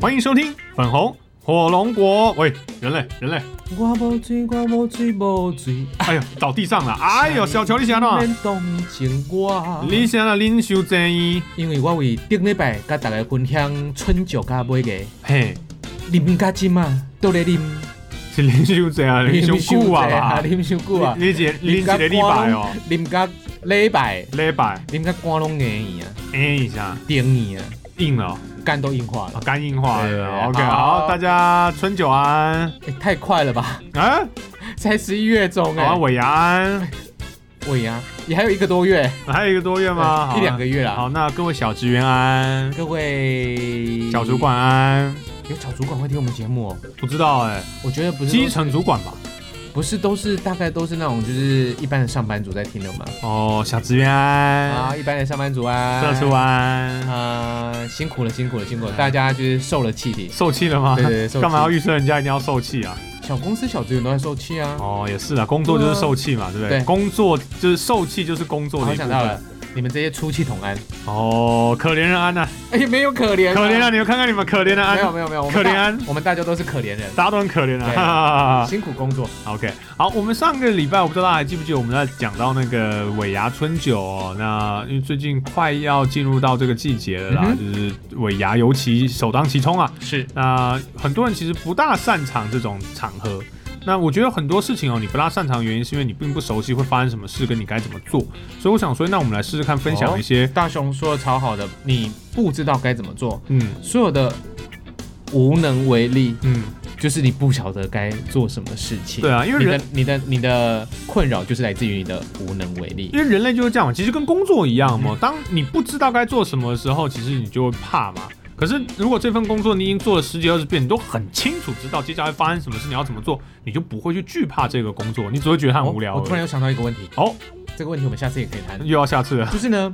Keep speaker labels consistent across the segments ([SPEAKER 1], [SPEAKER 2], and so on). [SPEAKER 1] 欢迎收听粉红火龙果。喂，人类，人类，
[SPEAKER 2] 我无醉，我无醉，无醉。
[SPEAKER 1] 哎呦，倒地上了！哎呦，小乔，你想哪？
[SPEAKER 2] 免同情我，
[SPEAKER 1] 你想哪？恁收正伊？
[SPEAKER 2] 因为我为顶礼拜甲大家分享春酒甲买个，
[SPEAKER 1] 嘿，
[SPEAKER 2] 啉甲即嘛，都咧啉，
[SPEAKER 1] 是恁收正啊？恁伤久啊吧？
[SPEAKER 2] 啉伤久啊，
[SPEAKER 1] 你你一个你一个礼拜哦，
[SPEAKER 2] 啉甲礼拜，
[SPEAKER 1] 礼拜
[SPEAKER 2] 啉甲肝拢硬去啊，
[SPEAKER 1] 哎一下
[SPEAKER 2] 顶去啊，
[SPEAKER 1] 硬了哦，
[SPEAKER 2] 肝都硬化了
[SPEAKER 1] 啊。肝硬化
[SPEAKER 2] 对啊
[SPEAKER 1] 了。OK，
[SPEAKER 2] 好
[SPEAKER 1] 好，大家春酒安，
[SPEAKER 2] 诶哎太快了吧，
[SPEAKER 1] 啊，
[SPEAKER 2] 才十一月中
[SPEAKER 1] 好啊，
[SPEAKER 2] 哎，
[SPEAKER 1] 尾牙安，
[SPEAKER 2] 尾牙也还有一个多月，呃
[SPEAKER 1] 还有一个多月吗？好啊
[SPEAKER 2] 一两个。月啦。
[SPEAKER 1] 好，那各位小职员安，
[SPEAKER 2] 各位
[SPEAKER 1] 小主，管安，
[SPEAKER 2] 有小主管会听我们节目哦。
[SPEAKER 1] 不知道哎，
[SPEAKER 2] 我觉得不是都
[SPEAKER 1] 基层主管吧？
[SPEAKER 2] 不是都是大概都是那种就是一般的上班族在听的嘛。
[SPEAKER 1] 哦，小职员安
[SPEAKER 2] 啊，，一般的上班族啊，
[SPEAKER 1] 哎社畜安，
[SPEAKER 2] 啊、辛苦了，辛苦了，辛苦了，大家就是受了 气体。
[SPEAKER 1] 受气了吗？
[SPEAKER 2] 对对对受气
[SPEAKER 1] 干嘛要预设人家一定要受气啊？
[SPEAKER 2] 小公司小职员都在受气啊。
[SPEAKER 1] 哦，也是啊，工作就是受气嘛，对不对？
[SPEAKER 2] 对
[SPEAKER 1] 工作就是受气，就是工作的
[SPEAKER 2] 我
[SPEAKER 1] 一部
[SPEAKER 2] 想到了
[SPEAKER 1] 分。，
[SPEAKER 2] 你们这些出气筒安，
[SPEAKER 1] 哦，可怜人安呐，
[SPEAKER 2] 哎、没有可怜、
[SPEAKER 1] 可怜啊！，你们看看你们可怜的
[SPEAKER 2] 没有
[SPEAKER 1] 安，
[SPEAKER 2] 没有没有，我
[SPEAKER 1] 可
[SPEAKER 2] 们
[SPEAKER 1] 怜
[SPEAKER 2] 大
[SPEAKER 1] 安，
[SPEAKER 2] 我们大家都是可怜人，
[SPEAKER 1] 大家都很可怜
[SPEAKER 2] 对
[SPEAKER 1] 啊。
[SPEAKER 2] 辛苦工作。
[SPEAKER 1] OK，好，我们上个礼拜我不知道大家还记不记得我们在讲到那个尾牙春酒哦，那因为最近快要进入到这个季节了啦，
[SPEAKER 2] 嗯
[SPEAKER 1] 就是尾牙尤其首当其冲啊。
[SPEAKER 2] 是，
[SPEAKER 1] 那很多人其实不大擅长这种场合。那我觉得很多事情哦，你不大擅长，原因是因为你并不熟悉会发生什么事，跟你该怎么做。所以我想说，那我们来试试看，分
[SPEAKER 2] 哦
[SPEAKER 1] 享一些、
[SPEAKER 2] 大雄说的超好的，你不知道该怎么做，
[SPEAKER 1] 嗯
[SPEAKER 2] 所有的无能为力，
[SPEAKER 1] 嗯，
[SPEAKER 2] 就是你不晓得该做什么事情。
[SPEAKER 1] 对啊，因为
[SPEAKER 2] 你
[SPEAKER 1] 人
[SPEAKER 2] 的你的你的困扰就是来自于你的无能为力
[SPEAKER 1] 因。为人类就是这样嘛，其实跟工作一样
[SPEAKER 2] 嗯
[SPEAKER 1] 嘛。当你不知道该做什么的时候，其实你就会怕嘛。可是如果这份工作你已经做了十几二十遍，你都很清楚知道接下来发生什么事，你要怎么做，你就不会去惧怕这个工作，你只会觉得它很无聊
[SPEAKER 2] 我我突然
[SPEAKER 1] 而已。
[SPEAKER 2] 又想到一个问题，
[SPEAKER 1] 哦，嗯
[SPEAKER 2] 这个问题我们下次也可以谈。
[SPEAKER 1] 又要下次了。
[SPEAKER 2] 就是呢，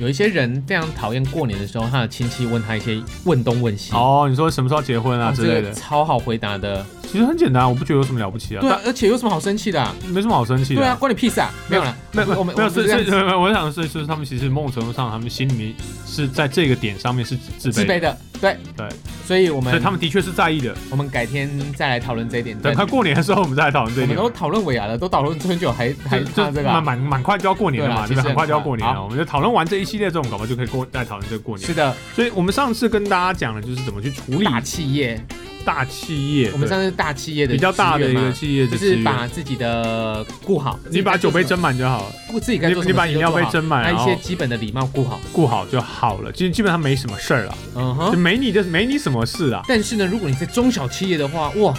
[SPEAKER 2] 有一些人非常讨厌过年的时候，他的亲戚问他一些问东问西。
[SPEAKER 1] 哦，你说什么时候结婚啊
[SPEAKER 2] 嗯哦
[SPEAKER 1] 之
[SPEAKER 2] 这
[SPEAKER 1] 类的
[SPEAKER 2] 个？超好回答的，
[SPEAKER 1] 其实很简单，我不觉得有什么了不起啊，
[SPEAKER 2] 对啊，而且有什么好生气的啊、
[SPEAKER 1] 但没什么好生气
[SPEAKER 2] 对
[SPEAKER 1] 的
[SPEAKER 2] 啊，。关你屁事啊！没有啦，
[SPEAKER 1] 没有
[SPEAKER 2] 我们
[SPEAKER 1] 没
[SPEAKER 2] 我
[SPEAKER 1] 有
[SPEAKER 2] 们
[SPEAKER 1] 是
[SPEAKER 2] 不是这
[SPEAKER 1] 是，
[SPEAKER 2] 样子
[SPEAKER 1] 没有我想是就是他们其实某种程度上，他们心里面是在这个点上面是自
[SPEAKER 2] 自
[SPEAKER 1] 卑的，
[SPEAKER 2] 卑的，对
[SPEAKER 1] 对，
[SPEAKER 2] 所以我
[SPEAKER 1] 所以
[SPEAKER 2] 们
[SPEAKER 1] 他们的确是在意的。
[SPEAKER 2] 我们改天再来讨论这一点。
[SPEAKER 1] 等
[SPEAKER 2] 但
[SPEAKER 1] 快过年的时候，我们再来讨论这
[SPEAKER 2] 我
[SPEAKER 1] 一点
[SPEAKER 2] 们
[SPEAKER 1] 吧。
[SPEAKER 2] 都讨论尾牙了，都讨论春酒，还还
[SPEAKER 1] 就
[SPEAKER 2] 谈这
[SPEAKER 1] 就
[SPEAKER 2] 个啊、
[SPEAKER 1] 蛮蛮蛮快就要过年了嘛，对
[SPEAKER 2] 对
[SPEAKER 1] 吧？
[SPEAKER 2] 啦其实
[SPEAKER 1] 很快就要过年了，
[SPEAKER 2] 好
[SPEAKER 1] 我们就讨论完这一系列这种，搞不好就可以过再讨论这个过
[SPEAKER 2] 是
[SPEAKER 1] 年。
[SPEAKER 2] 的，
[SPEAKER 1] 所以我们上次跟大家讲的就是怎么去处理
[SPEAKER 2] 大企业，
[SPEAKER 1] 大企业，
[SPEAKER 2] 我们
[SPEAKER 1] 对
[SPEAKER 2] 上次是大企业的
[SPEAKER 1] 比较大的
[SPEAKER 2] 资
[SPEAKER 1] 一
[SPEAKER 2] 源嘛
[SPEAKER 1] 个企业
[SPEAKER 2] 就
[SPEAKER 1] 的
[SPEAKER 2] 是
[SPEAKER 1] 资源
[SPEAKER 2] 把自己的顾好，
[SPEAKER 1] 你把酒杯
[SPEAKER 2] 自己
[SPEAKER 1] 斟满就好了，
[SPEAKER 2] 该做什么，顾自己该
[SPEAKER 1] 你
[SPEAKER 2] 做什么
[SPEAKER 1] 你把饮料杯
[SPEAKER 2] 自己
[SPEAKER 1] 斟
[SPEAKER 2] 就做好，
[SPEAKER 1] 满，
[SPEAKER 2] 还有
[SPEAKER 1] 然
[SPEAKER 2] 一
[SPEAKER 1] 后
[SPEAKER 2] 些基本的礼貌顾好。
[SPEAKER 1] 顾好就好了，其实基本上没什么事儿了，
[SPEAKER 2] 嗯
[SPEAKER 1] 就
[SPEAKER 2] 哼。
[SPEAKER 1] 没你的没你什么事啊。
[SPEAKER 2] 但是呢，如果你在中小企业的话，哇，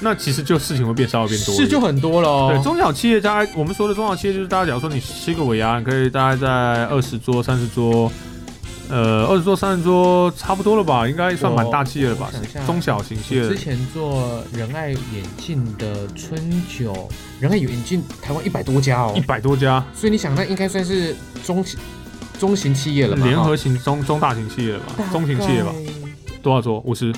[SPEAKER 1] 那其实就事情会变稍微变多一点，
[SPEAKER 2] 事就很多了
[SPEAKER 1] 对
[SPEAKER 2] 哦。
[SPEAKER 1] 中小企业，大概我们说的中小企业就是大家假如说你吃个尾牙，你可以大概在二十桌、三十桌，呃，二十桌、三十桌差不多了吧，应该算蛮大企业了吧
[SPEAKER 2] 我想一下，
[SPEAKER 1] 中小型企业
[SPEAKER 2] 我之前做仁爱眼镜的春酒，仁爱眼镜台湾一百多家哦
[SPEAKER 1] 一，百多家，
[SPEAKER 2] 所以你想，那应该算是中型中型企业了吧？
[SPEAKER 1] 联
[SPEAKER 2] 哈
[SPEAKER 1] 合型中中大型企业了吧，中型企业吧，，多少桌？五十，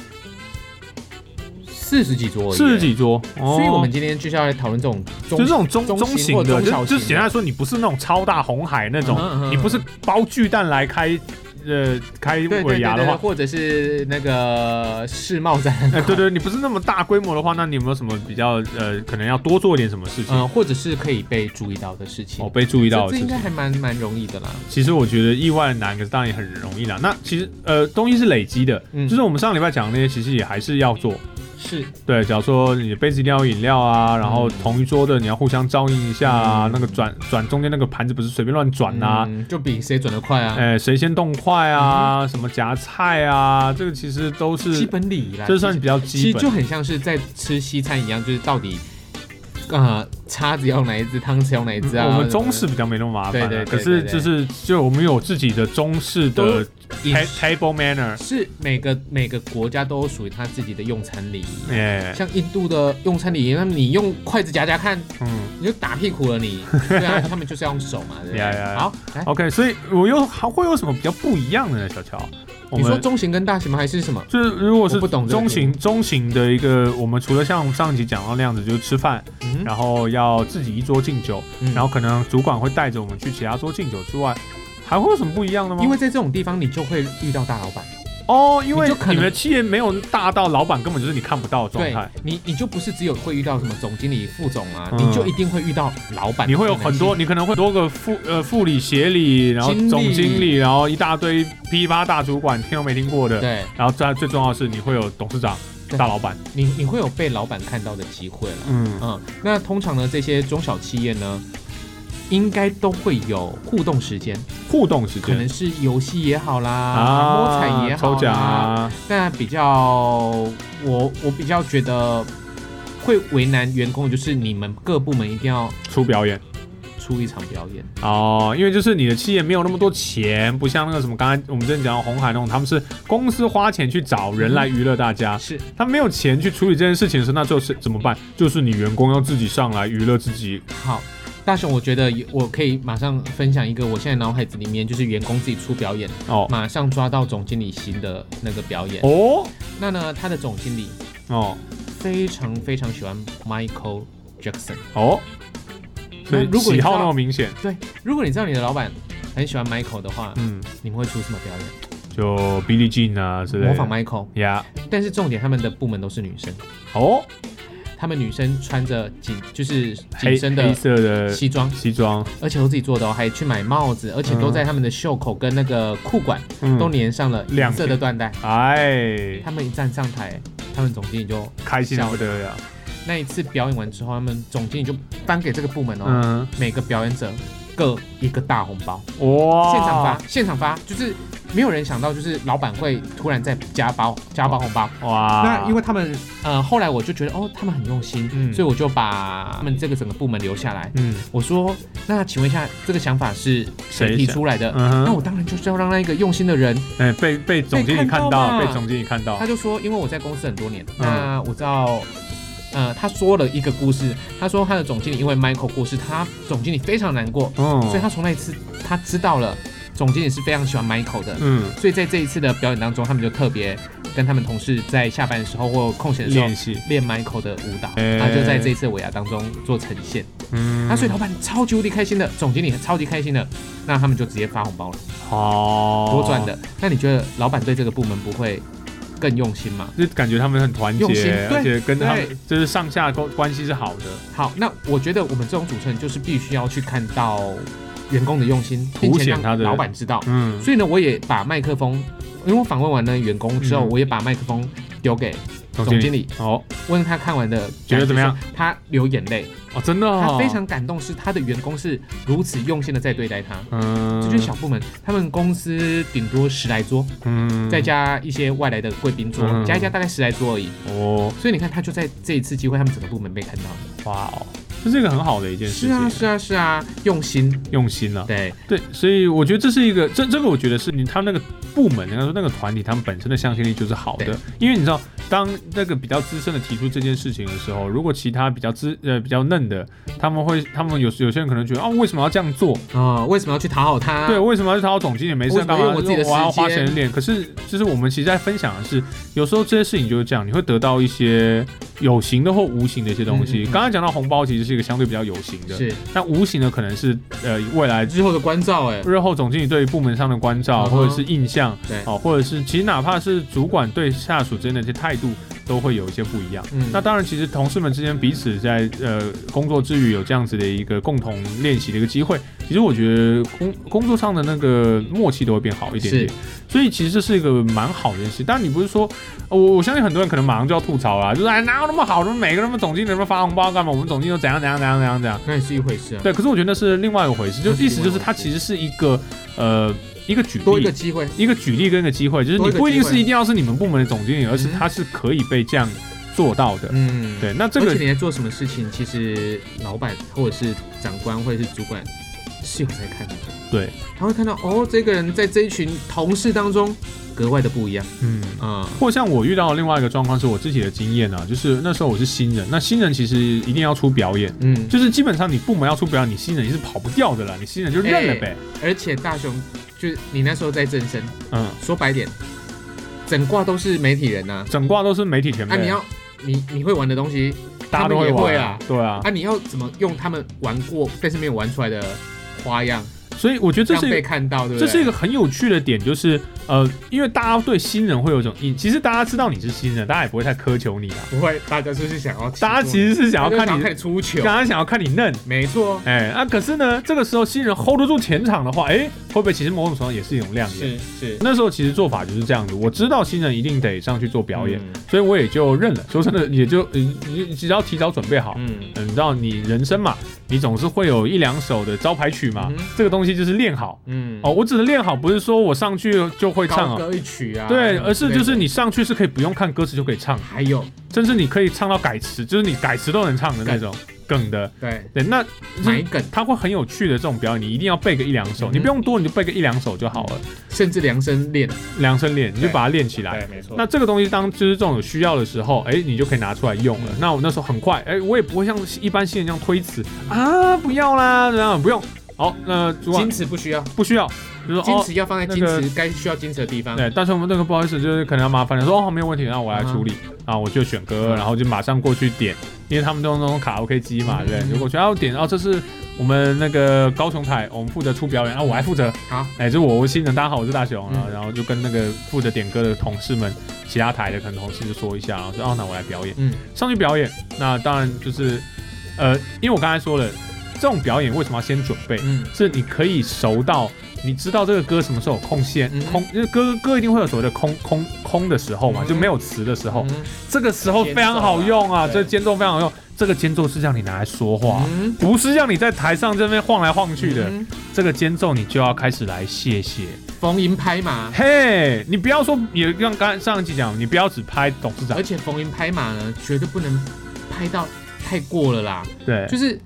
[SPEAKER 2] 四十几桌而已，
[SPEAKER 1] 四十几桌，哦
[SPEAKER 2] 所以我们今天就是要来讨论这种中
[SPEAKER 1] 就是这种中
[SPEAKER 2] 中型
[SPEAKER 1] 型
[SPEAKER 2] 或
[SPEAKER 1] 的，
[SPEAKER 2] 中
[SPEAKER 1] 就
[SPEAKER 2] 小
[SPEAKER 1] 就
[SPEAKER 2] 型的
[SPEAKER 1] 简单来说，你不是那种超大红海那种
[SPEAKER 2] 嗯哼嗯，哼
[SPEAKER 1] 你不是包巨蛋来开，呃，开
[SPEAKER 2] 对
[SPEAKER 1] 尾牙的话，
[SPEAKER 2] 或者是那个世贸展，
[SPEAKER 1] 哎，对对，你不是那么大规模的话，那你有没有什么比较呃，可能要多做一点什么事情？
[SPEAKER 2] 嗯，或者是可以被注意到的事情。
[SPEAKER 1] 哦，被注意到
[SPEAKER 2] 这
[SPEAKER 1] 的
[SPEAKER 2] 这
[SPEAKER 1] 事
[SPEAKER 2] 应
[SPEAKER 1] 情
[SPEAKER 2] 该。还蛮蛮容易的啦。
[SPEAKER 1] 其实我觉得意外难，可是当然也很容易啦。那其实呃，东西是累积的，
[SPEAKER 2] 嗯
[SPEAKER 1] 就是我们上礼拜讲的那些，其实也还是要做。
[SPEAKER 2] 是，
[SPEAKER 1] 对，假如说你的杯子一定要有饮料啊，然后
[SPEAKER 2] 嗯
[SPEAKER 1] 同一桌的你要互相照应一下啊，
[SPEAKER 2] 嗯
[SPEAKER 1] 那个转转中间那个盘子不是随便乱转啊。
[SPEAKER 2] 嗯，就比谁转得快啊，
[SPEAKER 1] 哎，谁先动筷啊？什么夹菜啊？这个其实都
[SPEAKER 2] 基
[SPEAKER 1] 是，
[SPEAKER 2] 本礼仪啦。
[SPEAKER 1] 这算比较
[SPEAKER 2] 其实其
[SPEAKER 1] 基
[SPEAKER 2] 实
[SPEAKER 1] 本。
[SPEAKER 2] 就很像是在吃西餐一样，就是到底啊、叉子要哪一只，汤匙要哪一只啊？
[SPEAKER 1] 我们中式比较没那么麻烦啊，
[SPEAKER 2] 对对对
[SPEAKER 1] 可是
[SPEAKER 2] 对对
[SPEAKER 1] 就是就我们有自己的中式的
[SPEAKER 2] 饮
[SPEAKER 1] ta- table manner，
[SPEAKER 2] 是每个每个国家都有属于他自己的用餐礼仪。
[SPEAKER 1] 哎，
[SPEAKER 2] 像印度的用餐礼仪，那你用筷子夹夹看，
[SPEAKER 1] 嗯
[SPEAKER 2] 你就打屁股 了你。对啊，他们就是要用手嘛，对不
[SPEAKER 1] Yeah, yeah,
[SPEAKER 2] 对？
[SPEAKER 1] yeah.
[SPEAKER 2] 好，来，
[SPEAKER 1] ，OK，所以我又还会有什么比较不一样的呢？小乔，我
[SPEAKER 2] 你说
[SPEAKER 1] 们
[SPEAKER 2] 中型跟大型吗？还是什么？
[SPEAKER 1] 就是如果是
[SPEAKER 2] 我不懂这个
[SPEAKER 1] 中型中型的一个，我们除了像上一集讲到那样子，就是吃饭，
[SPEAKER 2] 嗯
[SPEAKER 1] 然后要自己一桌敬酒，
[SPEAKER 2] 嗯
[SPEAKER 1] 然后可能主管会带着我们
[SPEAKER 2] 嗯
[SPEAKER 1] 去其他桌敬酒之外，还会有什么不一样的吗？
[SPEAKER 2] 因为在这种地方，你就会遇到大老板，
[SPEAKER 1] 哦，因为
[SPEAKER 2] 你就可能
[SPEAKER 1] 你们的企业没有大到老板根本就是你看不到的状
[SPEAKER 2] 对
[SPEAKER 1] 态，
[SPEAKER 2] 你，你就不是只有会遇到什么总经理、副总啊，
[SPEAKER 1] 嗯
[SPEAKER 2] 你就一定会遇到老板，
[SPEAKER 1] 你会有很多，，你可能会多个副呃副理、协理，然后
[SPEAKER 2] 经理
[SPEAKER 1] 总经理，然后一大堆批发大主管，听都没听过的。
[SPEAKER 2] 对
[SPEAKER 1] 然后再最重要的是，你会有董事长、
[SPEAKER 2] 对
[SPEAKER 1] 大老板。
[SPEAKER 2] 你，你会有被老板看到的机会了。
[SPEAKER 1] 嗯
[SPEAKER 2] 嗯，那通常呢，这些中小企业呢，应该都会有互动时间，
[SPEAKER 1] 互动时
[SPEAKER 2] 可
[SPEAKER 1] 间
[SPEAKER 2] 能是游戏也好啦，摸彩也好
[SPEAKER 1] 啊抽
[SPEAKER 2] 啦，
[SPEAKER 1] 奖啊，
[SPEAKER 2] 那比较，我我比较觉得会为难员工，就是你们各部门一定要
[SPEAKER 1] 出表演
[SPEAKER 2] 出一场表演。
[SPEAKER 1] 哦，因为就是你的企业没有那么多钱，不像那个什么刚才我们之前讲的红海那种，他们是公司花钱去找人来娱乐大家，
[SPEAKER 2] 是，
[SPEAKER 1] 他没有钱去处理这件事情的时候，那就是怎么办？就是你员工要自己上来娱乐自己。
[SPEAKER 2] 好，大雄，我觉得有我可以马上分享一个我现在脑海子里面就是员工自己出表演，
[SPEAKER 1] 哦
[SPEAKER 2] 马上抓到总经理新的那个表演。
[SPEAKER 1] 哦
[SPEAKER 2] 那呢，他的总经理
[SPEAKER 1] 哦
[SPEAKER 2] 非常非常喜欢 Michael Jackson。
[SPEAKER 1] 哦，所以
[SPEAKER 2] 那如果你
[SPEAKER 1] 喜好
[SPEAKER 2] 知道
[SPEAKER 1] 那么明显，
[SPEAKER 2] 对，如果你知道你的老板很喜欢 Michael 的话，
[SPEAKER 1] 嗯，
[SPEAKER 2] 你们会出什么表演？
[SPEAKER 1] 就 Billie Jean 啊之类的，
[SPEAKER 2] 模仿 Michael，
[SPEAKER 1] 呀，
[SPEAKER 2] 但是重点他们的部门都是女生。
[SPEAKER 1] 哦，
[SPEAKER 2] 她们女生穿着紧就是紧
[SPEAKER 1] 黑
[SPEAKER 2] 身
[SPEAKER 1] 黑
[SPEAKER 2] 的
[SPEAKER 1] 色的
[SPEAKER 2] 西装，
[SPEAKER 1] 西装，
[SPEAKER 2] 而且都自己做的哦，还去买帽子，而且都在她们的袖口跟那个裤管
[SPEAKER 1] 嗯
[SPEAKER 2] 都粘上了
[SPEAKER 1] 两
[SPEAKER 2] 银色的缎带。
[SPEAKER 1] 哎，
[SPEAKER 2] 她们一站上台，她们总经理就
[SPEAKER 1] 开心的不得了，
[SPEAKER 2] 那一次表演完之后，她们总经理就颁给这个部门哦，
[SPEAKER 1] 嗯，
[SPEAKER 2] 每个表演者各一个大红包，
[SPEAKER 1] 哇，
[SPEAKER 2] 现场发，现场发，就是没有人想到，就是老板会突然再加包加包红包。
[SPEAKER 1] 发，哇，
[SPEAKER 2] 那因为他们呃，后来我就觉得哦，他们很用心，
[SPEAKER 1] 啊嗯
[SPEAKER 2] 所以我就把他们这个整个部门留下来。
[SPEAKER 1] 嗯
[SPEAKER 2] 我说，那请问一下，这个想法是谁
[SPEAKER 1] 谁
[SPEAKER 2] 提
[SPEAKER 1] 想
[SPEAKER 2] 出来的？
[SPEAKER 1] 嗯
[SPEAKER 2] 呃那
[SPEAKER 1] 哼，
[SPEAKER 2] 我当然就是要让那一个用心的人，
[SPEAKER 1] 哎，被被总经理
[SPEAKER 2] 被
[SPEAKER 1] 看
[SPEAKER 2] 看到
[SPEAKER 1] 到，
[SPEAKER 2] 嘛
[SPEAKER 1] 被总经理看到
[SPEAKER 2] 他，就说，因为我在公司很多年，
[SPEAKER 1] 嗯
[SPEAKER 2] 那我知道，呃，他说了一个故事，他说他的总经理因为 Michael 过世，他总经理非常难过，
[SPEAKER 1] 嗯，
[SPEAKER 2] 所以他从那一次他知道了总经理是非常喜欢 Michael 的，
[SPEAKER 1] 嗯
[SPEAKER 2] 所以在这一次的表演当中，他们就特别跟他们同事在下班的时候或空闲的时候
[SPEAKER 1] 练习，
[SPEAKER 2] 练 Michael 的舞蹈，
[SPEAKER 1] 哎
[SPEAKER 2] 然后就在这一次尾牙当中做呈现。
[SPEAKER 1] 嗯，
[SPEAKER 2] 那所以老板超级无敌开心的，总经理也超级开心的，那他们就直接发红包了，
[SPEAKER 1] 好
[SPEAKER 2] 多赚的。那你觉得老板对这个部门不会更用心吗？
[SPEAKER 1] 就感觉他们很团
[SPEAKER 2] 用心
[SPEAKER 1] 结，
[SPEAKER 2] 对
[SPEAKER 1] 而且跟他
[SPEAKER 2] 对
[SPEAKER 1] 们就是上下关关系是好的，
[SPEAKER 2] 好，那我觉得我们这种主持人就是必须要去看到员工的用心，并
[SPEAKER 1] 凸
[SPEAKER 2] 且
[SPEAKER 1] 显
[SPEAKER 2] 让
[SPEAKER 1] 他的
[SPEAKER 2] 老板知道。
[SPEAKER 1] 嗯，
[SPEAKER 2] 所以呢，我也把麦克风，因为我访问完了员工之后，
[SPEAKER 1] 嗯
[SPEAKER 2] 我也把麦克风丢给
[SPEAKER 1] 总
[SPEAKER 2] 总
[SPEAKER 1] 经
[SPEAKER 2] 经
[SPEAKER 1] 理，
[SPEAKER 2] 理，
[SPEAKER 1] 哦
[SPEAKER 2] 问他看完的
[SPEAKER 1] 觉得怎么样
[SPEAKER 2] 感，他流眼泪，
[SPEAKER 1] 哦，真的哦，
[SPEAKER 2] 他非常感动，是他的员工是如此用心的在对待他。
[SPEAKER 1] 嗯，
[SPEAKER 2] 这就是小部门，他们公司顶多十来桌，
[SPEAKER 1] 嗯，
[SPEAKER 2] 再加一些外来的贵宾桌，
[SPEAKER 1] 嗯
[SPEAKER 2] 加一加大概十来桌而已。
[SPEAKER 1] 哦，
[SPEAKER 2] 所以你看，他就在这一次机会，他们整个部门被看到了。
[SPEAKER 1] 哇哦，这是一个很好的一件事
[SPEAKER 2] 是
[SPEAKER 1] 情，
[SPEAKER 2] 啊，是啊，是啊，用心。
[SPEAKER 1] 用心了、
[SPEAKER 2] 对，
[SPEAKER 1] 对，所以我觉得这是一个，这这个我觉得是你他们那个部门，应该说那个团体，他们本身的向心力就是好
[SPEAKER 2] 对
[SPEAKER 1] 的，因为你知道，当那个比较资深的提出这件事情的时候，如果其他比较资呃比较嫩的，他们会，他们有有些人可能觉得，哦，为什么要这样做？
[SPEAKER 2] 哦，为什么要去讨好他？
[SPEAKER 1] 对，为什么要去讨好总经理？没事
[SPEAKER 2] 为什么
[SPEAKER 1] 干嘛？
[SPEAKER 2] 用我自己的
[SPEAKER 1] 我要
[SPEAKER 2] 时间
[SPEAKER 1] 花钱练。可是，就是我们其实在分享的是，有时候这些事情就是这样，你会得到一些有形的或无形的一些东西。
[SPEAKER 2] 嗯嗯嗯
[SPEAKER 1] 刚才讲到红包，其实是一个相对比较有形的，
[SPEAKER 2] 是
[SPEAKER 1] 那无形的可能是呃未来
[SPEAKER 2] 之后的关照，哎，
[SPEAKER 1] 日后总经理对于部门上的关照，
[SPEAKER 2] 嗯哼
[SPEAKER 1] 或者是印象，
[SPEAKER 2] 对
[SPEAKER 1] 哦，或者是其实哪怕是主管对下属之间的一些态度，都会有一些不一样。
[SPEAKER 2] 嗯
[SPEAKER 1] 那当然，其实同事们之间彼此在呃工作之余有这样子的一个共同练习的一个机会，其实我觉得工工作上的那个默契都会变好一点点
[SPEAKER 2] 是。
[SPEAKER 1] 所以其实这是一个蛮好的事情。但你不是说，呃我我相信很多人可能马上就要吐槽啦，就是哎哪有那么好，怎么每个人们总经理那么发红包干嘛？我们总经理都怎样怎样怎样怎样怎样。
[SPEAKER 2] 那也是一回事啊。
[SPEAKER 1] 对，可是我觉得那是另外一回事，就
[SPEAKER 2] 那是
[SPEAKER 1] 意思
[SPEAKER 2] 嗯另外
[SPEAKER 1] 就是
[SPEAKER 2] 一回
[SPEAKER 1] 它
[SPEAKER 2] 事
[SPEAKER 1] 其实是一个呃一个举
[SPEAKER 2] 多一个
[SPEAKER 1] 例。
[SPEAKER 2] 机会，
[SPEAKER 1] 一个举例跟一个机会，就是
[SPEAKER 2] 多
[SPEAKER 1] 你
[SPEAKER 2] 一个
[SPEAKER 1] 不一定
[SPEAKER 2] 机会
[SPEAKER 1] 是一定要是你们部门的总经理，而是
[SPEAKER 2] 嗯
[SPEAKER 1] 他是可以被这样做到的。
[SPEAKER 2] 嗯，。
[SPEAKER 1] 对，那这
[SPEAKER 2] 而
[SPEAKER 1] 个
[SPEAKER 2] 且你在做什么事情，其实老板或者是长官或者是主管是有在看的。
[SPEAKER 1] 对，
[SPEAKER 2] 他会看到哦，这个人在这一群同事当中格外的不一样
[SPEAKER 1] 嗯，
[SPEAKER 2] 啊、
[SPEAKER 1] 或像我遇到的另外一个状况是我自己的经验啊，就是那时候我是新人，那新人其实一定要出表演，
[SPEAKER 2] 嗯，
[SPEAKER 1] 就是基本上你部门要出表演，你新人你是跑不掉的啦，你新人就
[SPEAKER 2] 哎
[SPEAKER 1] 认了呗。
[SPEAKER 2] 而且大雄就是你那时候在正身，
[SPEAKER 1] 嗯，
[SPEAKER 2] 说白点，整挂都是媒体人呐、
[SPEAKER 1] 整挂都是媒体前
[SPEAKER 2] 啊，
[SPEAKER 1] 辈，
[SPEAKER 2] 你要你你会玩的东西
[SPEAKER 1] 大家都
[SPEAKER 2] 他们也
[SPEAKER 1] 玩
[SPEAKER 2] 会
[SPEAKER 1] 啊
[SPEAKER 2] 啊，
[SPEAKER 1] 对啊，
[SPEAKER 2] 啊，你要怎么用他们玩过但是没有玩出来的花样
[SPEAKER 1] 所以我觉得这
[SPEAKER 2] 让
[SPEAKER 1] 是一个
[SPEAKER 2] 被看到，对不
[SPEAKER 1] 这
[SPEAKER 2] 对？
[SPEAKER 1] 是一个很有趣的点，就是呃，因为大家对新人会有一种印，其实大家知道你是新人，大家也不会太苛求你啦。啊
[SPEAKER 2] 不会，大家就是想要起步，
[SPEAKER 1] 大家其实是想要
[SPEAKER 2] 大家
[SPEAKER 1] 看
[SPEAKER 2] 想
[SPEAKER 1] 你，
[SPEAKER 2] 看你出球
[SPEAKER 1] 刚，刚想要看你嫩，
[SPEAKER 2] 没错，
[SPEAKER 1] 哎、啊，可是呢，这个时候新人 hold 得住前场的话，哎、会不会其实某种程度也是一种亮点？
[SPEAKER 2] 是是
[SPEAKER 1] 那时候其实做法就是这样子，我知道新人一定得上去做表演，
[SPEAKER 2] 嗯
[SPEAKER 1] 所以我也就认了。说真的，也就嗯你只要提早准备好，
[SPEAKER 2] 嗯，
[SPEAKER 1] 嗯，你知道你人生嘛，你总是会有一两首的招牌曲嘛，
[SPEAKER 2] 嗯哼
[SPEAKER 1] 这个东西就是练好。
[SPEAKER 2] 嗯，
[SPEAKER 1] 哦，我指的练好，不是说我上去就会唱
[SPEAKER 2] 高
[SPEAKER 1] 哦，
[SPEAKER 2] 歌一曲啊，
[SPEAKER 1] 对，而是就是
[SPEAKER 2] 你
[SPEAKER 1] 你上去是可以不用看歌词就可以唱，
[SPEAKER 2] 还有
[SPEAKER 1] 甚至你可以唱到改词，就是你改词都能唱的那种梗的。
[SPEAKER 2] 对
[SPEAKER 1] 对，那
[SPEAKER 2] 埋梗，
[SPEAKER 1] 它会很有趣的这种表演，你一定要背个一两首，
[SPEAKER 2] 嗯
[SPEAKER 1] 你不用多，你就背个一两首就好了，
[SPEAKER 2] 甚至量身练，
[SPEAKER 1] 量身练，你就
[SPEAKER 2] 对
[SPEAKER 1] 把它练起来。
[SPEAKER 2] 对，没错
[SPEAKER 1] 那这个东西当就是这种有需要的时候，哎、你就可以拿出来用了。那我那时候很快，哎、我也不会像一般新人这样推辞啊，不要啦，这样不用。好，那主管
[SPEAKER 2] 矜持不需要，
[SPEAKER 1] 不需要，就说
[SPEAKER 2] 矜
[SPEAKER 1] 哦，
[SPEAKER 2] 持要放在
[SPEAKER 1] 那个
[SPEAKER 2] 矜持该需要矜持的地方，
[SPEAKER 1] 对，但是我们那个不好意思，就是可能要麻烦了，说哦没有问题，那我
[SPEAKER 2] 嗯
[SPEAKER 1] 来处理。啊，我就选歌，然后就马上过去点，因为他们都用那种卡拉 OK 机嘛，
[SPEAKER 2] 嗯
[SPEAKER 1] 对不对，
[SPEAKER 2] 嗯
[SPEAKER 1] 如果全要点，哦，这是我们那个高雄台，我们负责出表演，啊，我还负责
[SPEAKER 2] 好，
[SPEAKER 1] 哎，就我我新人，大家好，我是大雄，
[SPEAKER 2] 嗯
[SPEAKER 1] 然后然后就跟那个负责点歌的同事们，其他台的可能同事就说一下，然后说哦，那我来表演，
[SPEAKER 2] 嗯，
[SPEAKER 1] 上去表演，那当然就是，呃，因为我刚才说了，这种表演为什么要先准备？
[SPEAKER 2] 嗯
[SPEAKER 1] 是你可以熟到你知道这个歌什么时候有空闲
[SPEAKER 2] 嗯
[SPEAKER 1] 空，因为歌歌一定会有所谓的空空空的时候嘛，
[SPEAKER 2] 嗯
[SPEAKER 1] 就没有词的时候，
[SPEAKER 2] 嗯
[SPEAKER 1] 这个时候非常好用啊，
[SPEAKER 2] 间奏啊对
[SPEAKER 1] 这间奏非常好用，这个间奏是让你拿来说话。
[SPEAKER 2] 嗯
[SPEAKER 1] 不是让你在台上这边晃来晃去的，
[SPEAKER 2] 嗯
[SPEAKER 1] 这个间奏你就要开始来谢谢。
[SPEAKER 2] 逢迎拍
[SPEAKER 1] 嗯
[SPEAKER 2] 马，
[SPEAKER 1] 嘿，你不要说，也像刚才上一集讲，你不要只拍董事长
[SPEAKER 2] 而，且逢迎拍马呢，绝对不能拍到太过了啦，
[SPEAKER 1] 对，
[SPEAKER 2] 就是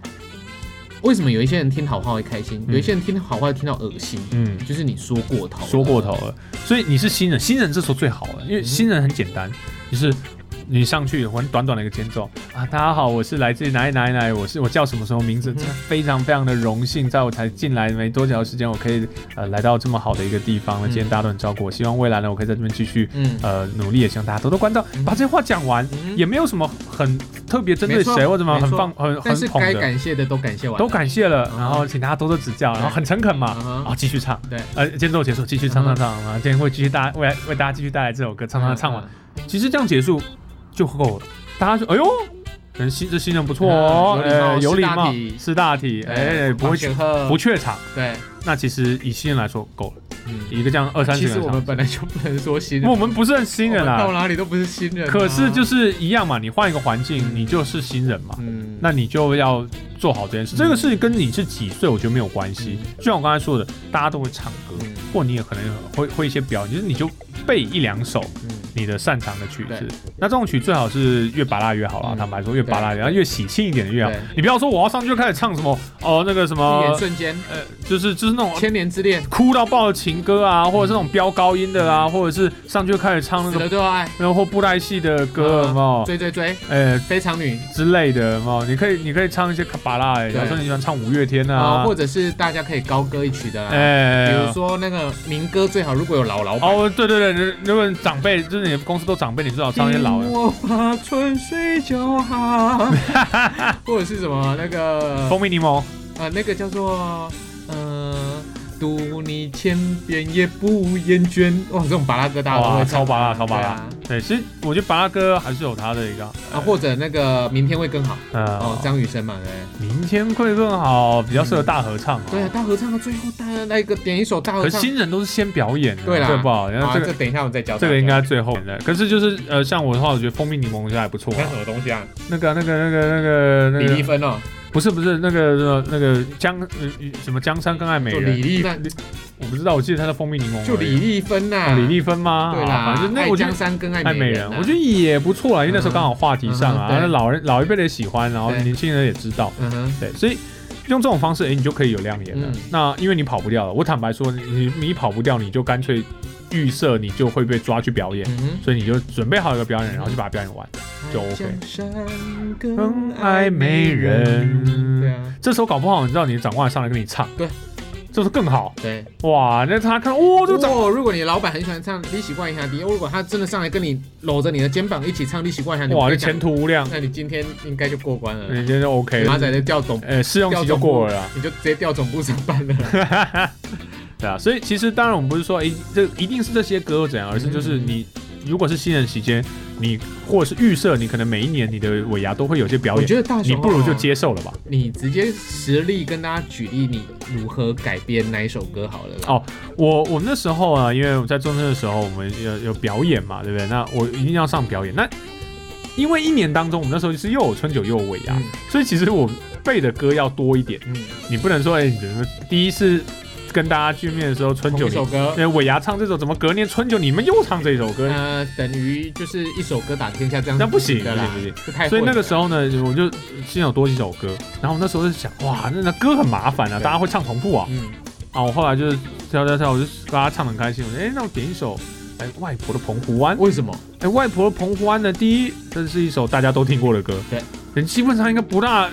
[SPEAKER 2] 为什么有一些人听好话会开心，
[SPEAKER 1] 嗯
[SPEAKER 2] 有一些人听好话会听到恶心，
[SPEAKER 1] 嗯，
[SPEAKER 2] 就是你说过头，
[SPEAKER 1] 说过头了。所以你是新人，新人这时候最好了，因为
[SPEAKER 2] 嗯
[SPEAKER 1] 新人很简单，就是你上去很短短的一个间奏啊，大家好，我是来自哪里哪里哪里，我是我叫什么什么名字，
[SPEAKER 2] 嗯
[SPEAKER 1] 真的非常非常的荣幸，在我才进来没多久的时间，我可以呃 来到这么好的一个地方了，
[SPEAKER 2] 嗯
[SPEAKER 1] 今天大家都很照顾我，希望未来呢，我可以在这边继续。
[SPEAKER 2] 嗯，
[SPEAKER 1] 呃，努力也希望大家多多关照，
[SPEAKER 2] 嗯
[SPEAKER 1] 把这些话讲完，
[SPEAKER 2] 嗯
[SPEAKER 1] 也没有什么很特别针对
[SPEAKER 2] 没错
[SPEAKER 1] 谁或者什么很
[SPEAKER 2] 没错
[SPEAKER 1] 放很很
[SPEAKER 2] 但是
[SPEAKER 1] 捧
[SPEAKER 2] 该
[SPEAKER 1] 的。
[SPEAKER 2] 感谢的都感谢完了，
[SPEAKER 1] 都感谢了，
[SPEAKER 2] 嗯
[SPEAKER 1] 然后请大家多多指教，然后很诚恳嘛，
[SPEAKER 2] 嗯
[SPEAKER 1] 然后继续唱，
[SPEAKER 2] 对，
[SPEAKER 1] 呃，间奏结束，继续唱
[SPEAKER 2] 嗯
[SPEAKER 1] 唱唱，然啊后今天会继续大家为为大家继续带来这首歌，唱唱唱
[SPEAKER 2] 嗯
[SPEAKER 1] 完，其实这样结束就够了，大家就哎呦，人新这新人不错哦，
[SPEAKER 2] 嗯有
[SPEAKER 1] 哎有
[SPEAKER 2] 礼貌识
[SPEAKER 1] 礼
[SPEAKER 2] 大
[SPEAKER 1] 貌，
[SPEAKER 2] 体
[SPEAKER 1] 识大体，
[SPEAKER 2] 嗯，
[SPEAKER 1] 哎，不会
[SPEAKER 2] 选喝
[SPEAKER 1] 不，怯场，
[SPEAKER 2] 对，
[SPEAKER 1] 那其实以新人来说够了，
[SPEAKER 2] 嗯，
[SPEAKER 1] 一个这样二三十
[SPEAKER 2] 其
[SPEAKER 1] 个
[SPEAKER 2] 实
[SPEAKER 1] 人
[SPEAKER 2] 我
[SPEAKER 1] 唱，
[SPEAKER 2] 们本来就不能说新
[SPEAKER 1] 因为
[SPEAKER 2] 人，
[SPEAKER 1] 我们不是很新人
[SPEAKER 2] 我们到
[SPEAKER 1] 啦，
[SPEAKER 2] 哪里都不是新人啊，
[SPEAKER 1] 可是就是一样嘛，你换一个环境，你就是新人嘛，
[SPEAKER 2] 嗯，
[SPEAKER 1] 那你就要做好这件事。
[SPEAKER 2] 嗯
[SPEAKER 1] 这个事跟你是几岁，我觉得没有关系。就像我刚才说的，大家都会唱歌，
[SPEAKER 2] 嗯
[SPEAKER 1] 或你也可能会会一些表演，就是你就背一两首
[SPEAKER 2] 嗯
[SPEAKER 1] 你的擅长的曲子
[SPEAKER 2] 对。
[SPEAKER 1] 那这种曲最好是越拔辣越好啦，
[SPEAKER 2] 嗯
[SPEAKER 1] 坦白说，越拔辣越好，越喜庆一点的越好
[SPEAKER 2] 对。
[SPEAKER 1] 你不要说我要上去就开始唱什么哦、那个什
[SPEAKER 2] 一眼
[SPEAKER 1] 么
[SPEAKER 2] 瞬间，
[SPEAKER 1] 呃，就是就是那种。
[SPEAKER 2] 千年之恋，
[SPEAKER 1] 哭到爆的情歌啊，或者是那种飙高音的
[SPEAKER 2] 嗯
[SPEAKER 1] 啊，或者是上去就开始唱那
[SPEAKER 2] 死
[SPEAKER 1] 种，
[SPEAKER 2] 了都要爱，
[SPEAKER 1] 然后布袋戏的歌，
[SPEAKER 2] 嗯
[SPEAKER 1] 有没有？
[SPEAKER 2] 啊哎追追追，
[SPEAKER 1] 呃，
[SPEAKER 2] 非常女
[SPEAKER 1] 之类的哦，你可以你可以唱一些卡巴拉、欸，
[SPEAKER 2] 对
[SPEAKER 1] 假如说你喜欢唱五月天啊
[SPEAKER 2] 啊，，或者是大家可以高歌一曲的啦，
[SPEAKER 1] 哎、
[SPEAKER 2] 比如说那个民歌最好如果有老老板。
[SPEAKER 1] 哦，对对对，如如果你长辈就是你的公司都长辈，你最好唱一些老
[SPEAKER 2] 听
[SPEAKER 1] 的，
[SPEAKER 2] 我把春睡就 好，或者是什么那个
[SPEAKER 1] 蜂蜜柠檬，
[SPEAKER 2] 啊，那个叫做呃，读你千遍也不厌倦。哇，这种巴拉歌大家都
[SPEAKER 1] 哇，
[SPEAKER 2] 会唱
[SPEAKER 1] 超巴拉超巴
[SPEAKER 2] 对
[SPEAKER 1] 拉、
[SPEAKER 2] 啊
[SPEAKER 1] 对，其实我觉得巴拉哥还是有他的一个，
[SPEAKER 2] 啊，或者那个明天会更好
[SPEAKER 1] 呃，
[SPEAKER 2] 哦，张雨生嘛，对
[SPEAKER 1] 明天会更好，比较适合大合唱、啊
[SPEAKER 2] 不对对啊，，大合唱到最后大家那个点一首大合
[SPEAKER 1] 可是
[SPEAKER 2] 唱，
[SPEAKER 1] 新人都是先表演的，
[SPEAKER 2] 对啦
[SPEAKER 1] 对不好，然
[SPEAKER 2] 啊
[SPEAKER 1] 后，这个、
[SPEAKER 2] 这等一下我再教
[SPEAKER 1] 这
[SPEAKER 2] 大
[SPEAKER 1] 个
[SPEAKER 2] 家
[SPEAKER 1] 应该最后的，可是就是呃，像我的话，我觉得蜂蜜柠檬我觉得还不错、
[SPEAKER 2] 那
[SPEAKER 1] 啊
[SPEAKER 2] 什，么东西啊？
[SPEAKER 1] 那个那个那个那个那
[SPEAKER 2] 李
[SPEAKER 1] 个
[SPEAKER 2] 丽芬哦，
[SPEAKER 1] 不是不是那个那个江呃什么江山更爱美
[SPEAKER 2] 就
[SPEAKER 1] 人
[SPEAKER 2] 哦李，丽芬，
[SPEAKER 1] 我不知道，我记得他的蜂蜜柠檬而已，
[SPEAKER 2] 就李丽芬
[SPEAKER 1] 哦
[SPEAKER 2] 呐，
[SPEAKER 1] 李丽芬吗？
[SPEAKER 2] 对
[SPEAKER 1] 啊
[SPEAKER 2] 啦，
[SPEAKER 1] 反正那我
[SPEAKER 2] 爱
[SPEAKER 1] 觉
[SPEAKER 2] 江
[SPEAKER 1] 得
[SPEAKER 2] 山更爱
[SPEAKER 1] 爱美
[SPEAKER 2] 人
[SPEAKER 1] 人
[SPEAKER 2] 啊，，
[SPEAKER 1] 我觉得也不错啦，因为那时候刚好话题上啊
[SPEAKER 2] 嗯，哼
[SPEAKER 1] 那
[SPEAKER 2] 对
[SPEAKER 1] 老人老一辈的也喜欢，然后
[SPEAKER 2] 对
[SPEAKER 1] 年轻人也知道，
[SPEAKER 2] 嗯哼，
[SPEAKER 1] 对，所以。用这种方式，哎、你就可以有亮眼了。
[SPEAKER 2] 嗯
[SPEAKER 1] 那因为你跑不掉了，我坦白说，你你跑不掉，你就干脆预设你就会被抓去表演，
[SPEAKER 2] 嗯哼。
[SPEAKER 1] 所以你就准备好一个表演，然后就把它表演完。就 OK
[SPEAKER 2] 江山更
[SPEAKER 1] 更爱美人
[SPEAKER 2] 对啊，啊
[SPEAKER 1] 这时候搞不好，你知道你的长官上来跟你唱，
[SPEAKER 2] 对，
[SPEAKER 1] 这是更好
[SPEAKER 2] 对，
[SPEAKER 1] 哇！那他看，哦，这个长
[SPEAKER 2] 哦，如果你老板很喜欢唱《利息怪侠迪》，哦，如果他真的上来跟你搂着你的肩膀一起唱《利息怪侠迪》，
[SPEAKER 1] 哇，
[SPEAKER 2] 我
[SPEAKER 1] 这
[SPEAKER 2] 跟你讲
[SPEAKER 1] 前，途哎无量，
[SPEAKER 2] 那你今天应该就过关了。
[SPEAKER 1] 你觉得 OK？
[SPEAKER 2] 马仔的调总，
[SPEAKER 1] 呃，试用
[SPEAKER 2] 调
[SPEAKER 1] 期就
[SPEAKER 2] 总
[SPEAKER 1] 过了啦。，
[SPEAKER 2] 你就直接调总部上班了。
[SPEAKER 1] 对啊，所以其实当然我们不是说，诶、这一定是这些歌怎样，而是就是
[SPEAKER 2] 嗯
[SPEAKER 1] 你如果是新人期间，你或者是预设你可能每一年你的尾牙都会有些表
[SPEAKER 2] 我
[SPEAKER 1] 演，
[SPEAKER 2] 觉得
[SPEAKER 1] 哎
[SPEAKER 2] 大雄，哦
[SPEAKER 1] 你不如就，接受了吧。
[SPEAKER 2] 你直接实例跟大家举例，你如何改编哪一首歌好了啦。
[SPEAKER 1] 哦我我那时候啊，因为我在中正的时候，我们有有表演嘛，对不对？那我一定要上表演。那因为一年当中，我们那时候就是又有春酒又有尾牙，
[SPEAKER 2] 嗯
[SPEAKER 1] 所以其实我背的歌要多一点。
[SPEAKER 2] 嗯，
[SPEAKER 1] 你不能说，哎、你怎么第一次跟大家见面的时候春酒
[SPEAKER 2] 同
[SPEAKER 1] 你
[SPEAKER 2] 一首歌，
[SPEAKER 1] 呃，尾牙唱这首，怎么隔年春酒你们又唱这首歌？
[SPEAKER 2] 呃，等于就是一首歌打天下这样，
[SPEAKER 1] 那不行
[SPEAKER 2] 的啦，
[SPEAKER 1] 不行
[SPEAKER 2] 不太混了。
[SPEAKER 1] 所以那个时候呢，我就先有多几首歌，然后我那时候就想，哇，那那歌很麻烦啊，
[SPEAKER 2] 对
[SPEAKER 1] 大家会唱同步啊。
[SPEAKER 2] 嗯，
[SPEAKER 1] 啊，我后来就是跳跳跳，我就跟大家唱得很开心。我说，哎、那我点一首，哎、外婆的澎湖湾。
[SPEAKER 2] 为什么？
[SPEAKER 1] 哎、外婆的澎湖湾呢，第一，这是一首大家都听过的歌，
[SPEAKER 2] 对，
[SPEAKER 1] 人基本上应该不大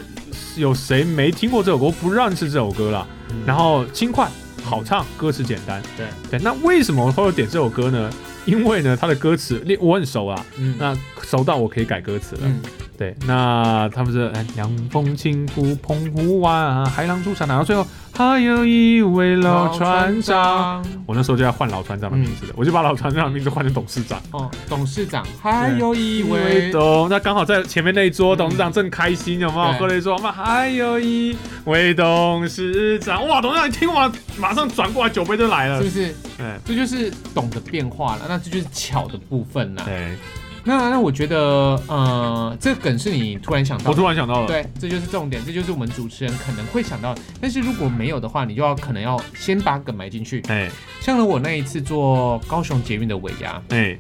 [SPEAKER 1] 有谁没听过这首歌，不认识这首歌啦。
[SPEAKER 2] 嗯
[SPEAKER 1] 然后轻快好唱，歌词简单。
[SPEAKER 2] 对
[SPEAKER 1] 对，那为什么会有点这首歌呢？因为呢，它的歌词你我很熟啊，
[SPEAKER 2] 嗯，
[SPEAKER 1] 那熟到我可以改歌词了。
[SPEAKER 2] 嗯，
[SPEAKER 1] 对，那他们是哎凉风轻拂澎湖湾，啊海浪逐沙，然后最后还有一位老船
[SPEAKER 2] 嗯
[SPEAKER 1] 长。我那时候就要换老船长的名字的，我就把老船长的名字换成董事长。
[SPEAKER 2] 哦，董事长，还有一位，
[SPEAKER 1] 董，那刚好在前面那一桌，
[SPEAKER 2] 嗯
[SPEAKER 1] 董事长正开心，有没有？
[SPEAKER 2] 对
[SPEAKER 1] 喝了一桌，嘛，还有一位董事长，哇，董事长一听完马上转过来，酒杯就来
[SPEAKER 2] 是
[SPEAKER 1] 了
[SPEAKER 2] 不。是？
[SPEAKER 1] 哎，
[SPEAKER 2] 这就是懂得变化了，那这就是巧的部分啦。
[SPEAKER 1] 对，
[SPEAKER 2] 那那我觉得，呃，这个梗是你突然想到
[SPEAKER 1] 我
[SPEAKER 2] 的
[SPEAKER 1] 突然想到了，
[SPEAKER 2] 对，这就是重点，这就是我们主持人可能会想到的，但是如果没有的话，你就要可能要先把梗埋进去。
[SPEAKER 1] 哎
[SPEAKER 2] 像呢，我那一次做高雄捷运的尾牙，
[SPEAKER 1] 哎，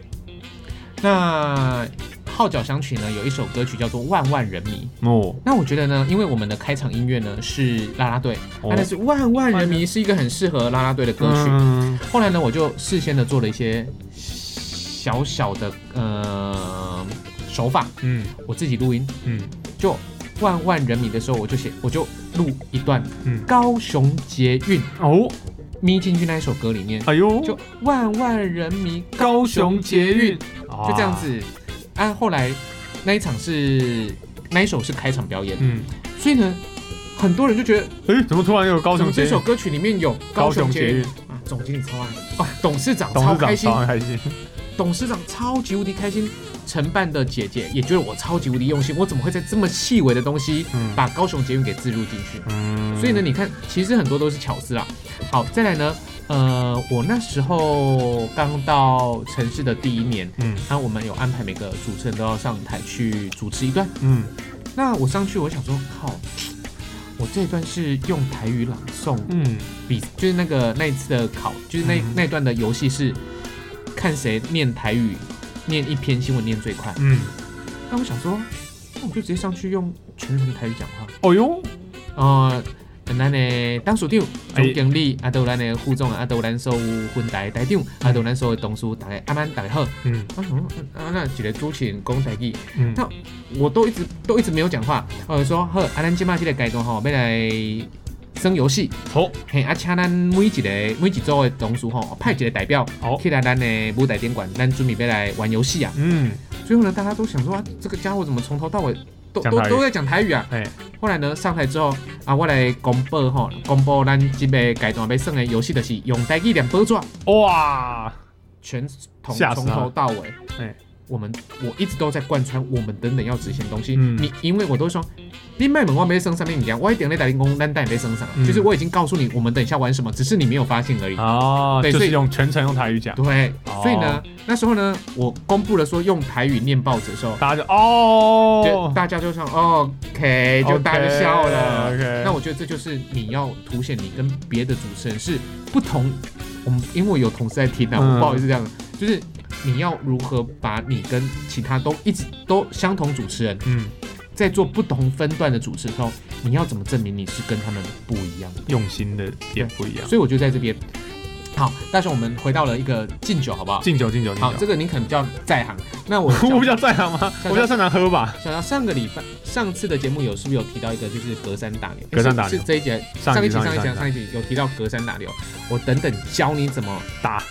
[SPEAKER 2] 那号角响起呢，有一首歌曲叫做《万万人迷》。
[SPEAKER 1] 哦，
[SPEAKER 2] 那我觉得呢，因为我们的开场音乐呢是啦啦队，
[SPEAKER 1] 哦
[SPEAKER 2] 那但是《万万人迷》是一个很适合啦啦队的歌曲。
[SPEAKER 1] 嗯
[SPEAKER 2] 后来呢，我就事先的做了一些小小的呃手法，
[SPEAKER 1] 嗯
[SPEAKER 2] 我自己录音，
[SPEAKER 1] 嗯
[SPEAKER 2] 就万万人迷的时候，我就写，我就录一段
[SPEAKER 1] 嗯，
[SPEAKER 2] 高雄捷运
[SPEAKER 1] 哦，
[SPEAKER 2] 咪进去那一首歌里面，
[SPEAKER 1] 哎呦，
[SPEAKER 2] 就万万人迷，
[SPEAKER 1] 高雄捷运，
[SPEAKER 2] 就这样，子。啊，后来那一场是那一首是开场表演，
[SPEAKER 1] 嗯，
[SPEAKER 2] 所以呢，很多人就觉得
[SPEAKER 1] 哎，怎么突然有高
[SPEAKER 2] 怎
[SPEAKER 1] 雄
[SPEAKER 2] 么这
[SPEAKER 1] 捷
[SPEAKER 2] 首
[SPEAKER 1] 运？
[SPEAKER 2] 歌曲里面有
[SPEAKER 1] 高
[SPEAKER 2] 高
[SPEAKER 1] 雄
[SPEAKER 2] 雄
[SPEAKER 1] 捷
[SPEAKER 2] 捷
[SPEAKER 1] 运
[SPEAKER 2] 运，啊，总经理超爱哦，董事长
[SPEAKER 1] 董
[SPEAKER 2] 超
[SPEAKER 1] 事长
[SPEAKER 2] 开心，
[SPEAKER 1] 超开心，
[SPEAKER 2] 董事长超级无敌开心，承办的姐姐也觉得我超级无敌用心，我怎么会在这么细微的东西
[SPEAKER 1] 嗯
[SPEAKER 2] 把高雄捷运给置入进去？
[SPEAKER 1] 嗯
[SPEAKER 2] 所以呢，，你看，其实很多都是巧思啦。啊好，再来呢，呃，我那时候刚到城市的第一年，
[SPEAKER 1] 嗯
[SPEAKER 2] 那我们有安排每个主持人都要上台去主持一段。
[SPEAKER 1] 嗯
[SPEAKER 2] 那我上去，我想说，靠，我这一段是用台语朗诵
[SPEAKER 1] 嗯，
[SPEAKER 2] 比，就是那个那一次的考，就是那、
[SPEAKER 1] 嗯
[SPEAKER 2] 那段的游戏是看谁念台语，念一篇新闻念最快。
[SPEAKER 1] 嗯，
[SPEAKER 2] 那我想说，那我就直接上去用全程台语讲话。
[SPEAKER 1] 哦呦，
[SPEAKER 2] 呃，咱的当属长、
[SPEAKER 1] 哎
[SPEAKER 2] 总经理，啊，都有咱的副总，啊，都有咱所有分台的台长，啊，都有咱所有同事，大家阿曼大家好。
[SPEAKER 1] 嗯
[SPEAKER 2] 啊，嗯啊，那几个主持人讲台语，
[SPEAKER 1] 嗯
[SPEAKER 2] 那我都一直都一直没有讲话。呃，说好，啊，咱今嘛这个阶段吼，要来生游戏，
[SPEAKER 1] 好，
[SPEAKER 2] 嘿，啊，请咱每一个每一组的同事吼，派一个代表
[SPEAKER 1] 好，
[SPEAKER 2] 去来咱的舞台顶馆，咱准备要来玩游戏啊。
[SPEAKER 1] 嗯，
[SPEAKER 2] 最后呢，大家都想说，啊、这个家伙怎么从头到尾都
[SPEAKER 1] 讲
[SPEAKER 2] 都
[SPEAKER 1] 台语
[SPEAKER 2] 都在讲台语啊？
[SPEAKER 1] 哎，
[SPEAKER 2] 后来呢，上台之后啊，我来公布吼，公布咱这个阶段要耍的游戏，就是用台语念报纸，
[SPEAKER 1] 哇，
[SPEAKER 2] 全从
[SPEAKER 1] 吓死
[SPEAKER 2] 从
[SPEAKER 1] 他
[SPEAKER 2] 头到尾。
[SPEAKER 1] 哎
[SPEAKER 2] 我们我一直都在贯穿我们等等要执行的东西。
[SPEAKER 1] 嗯
[SPEAKER 2] 你因为我都会说，你卖萌我没升上面，你讲我一点在打零工，但但也没升上，
[SPEAKER 1] 嗯
[SPEAKER 2] 就是我已经告诉你我们等一下玩什么，只是你没有发现而已。
[SPEAKER 1] 啊，
[SPEAKER 2] 对
[SPEAKER 1] 就
[SPEAKER 2] 所
[SPEAKER 1] 是
[SPEAKER 2] 以
[SPEAKER 1] 用全程用台语讲，
[SPEAKER 2] 对，
[SPEAKER 1] 哦
[SPEAKER 2] 所以呢，那时候呢，我公布了说用台语念报纸的时候，
[SPEAKER 1] 大家就
[SPEAKER 2] 就
[SPEAKER 1] 哦，
[SPEAKER 2] 大家就想 OK，就大家就笑了。
[SPEAKER 1] OK，
[SPEAKER 2] 那我觉得这就是你要凸显你跟别的主持人是不同。我们因为我有同事在听啊，
[SPEAKER 1] 嗯
[SPEAKER 2] 我不好意思这样，就是你要如何把你跟其他都一直都相同主持人
[SPEAKER 1] 嗯，
[SPEAKER 2] 在做不同分段的主持的时候，你要怎么证明你是跟他们不一样？
[SPEAKER 1] 用心的点不一样，
[SPEAKER 2] 所以我就在这边。好，但是我们回到了一个敬酒，好不好？
[SPEAKER 1] 敬酒敬酒敬
[SPEAKER 2] 好，
[SPEAKER 1] 酒。
[SPEAKER 2] 这个您可能比较在行。那我
[SPEAKER 1] 我比较擅长吗？我比较擅长喝吧。
[SPEAKER 2] 想到上个礼拜上次的节目有是不是有提到一个就是隔山打牛？
[SPEAKER 1] 隔山打
[SPEAKER 2] 是
[SPEAKER 1] 牛
[SPEAKER 2] 是这一节
[SPEAKER 1] 上
[SPEAKER 2] 上
[SPEAKER 1] 一
[SPEAKER 2] 一
[SPEAKER 1] 集
[SPEAKER 2] 集
[SPEAKER 1] 上
[SPEAKER 2] 上
[SPEAKER 1] 一集
[SPEAKER 2] 一集
[SPEAKER 1] 上
[SPEAKER 2] 上一集有提到隔山打牛，我等等教你怎么
[SPEAKER 1] 打，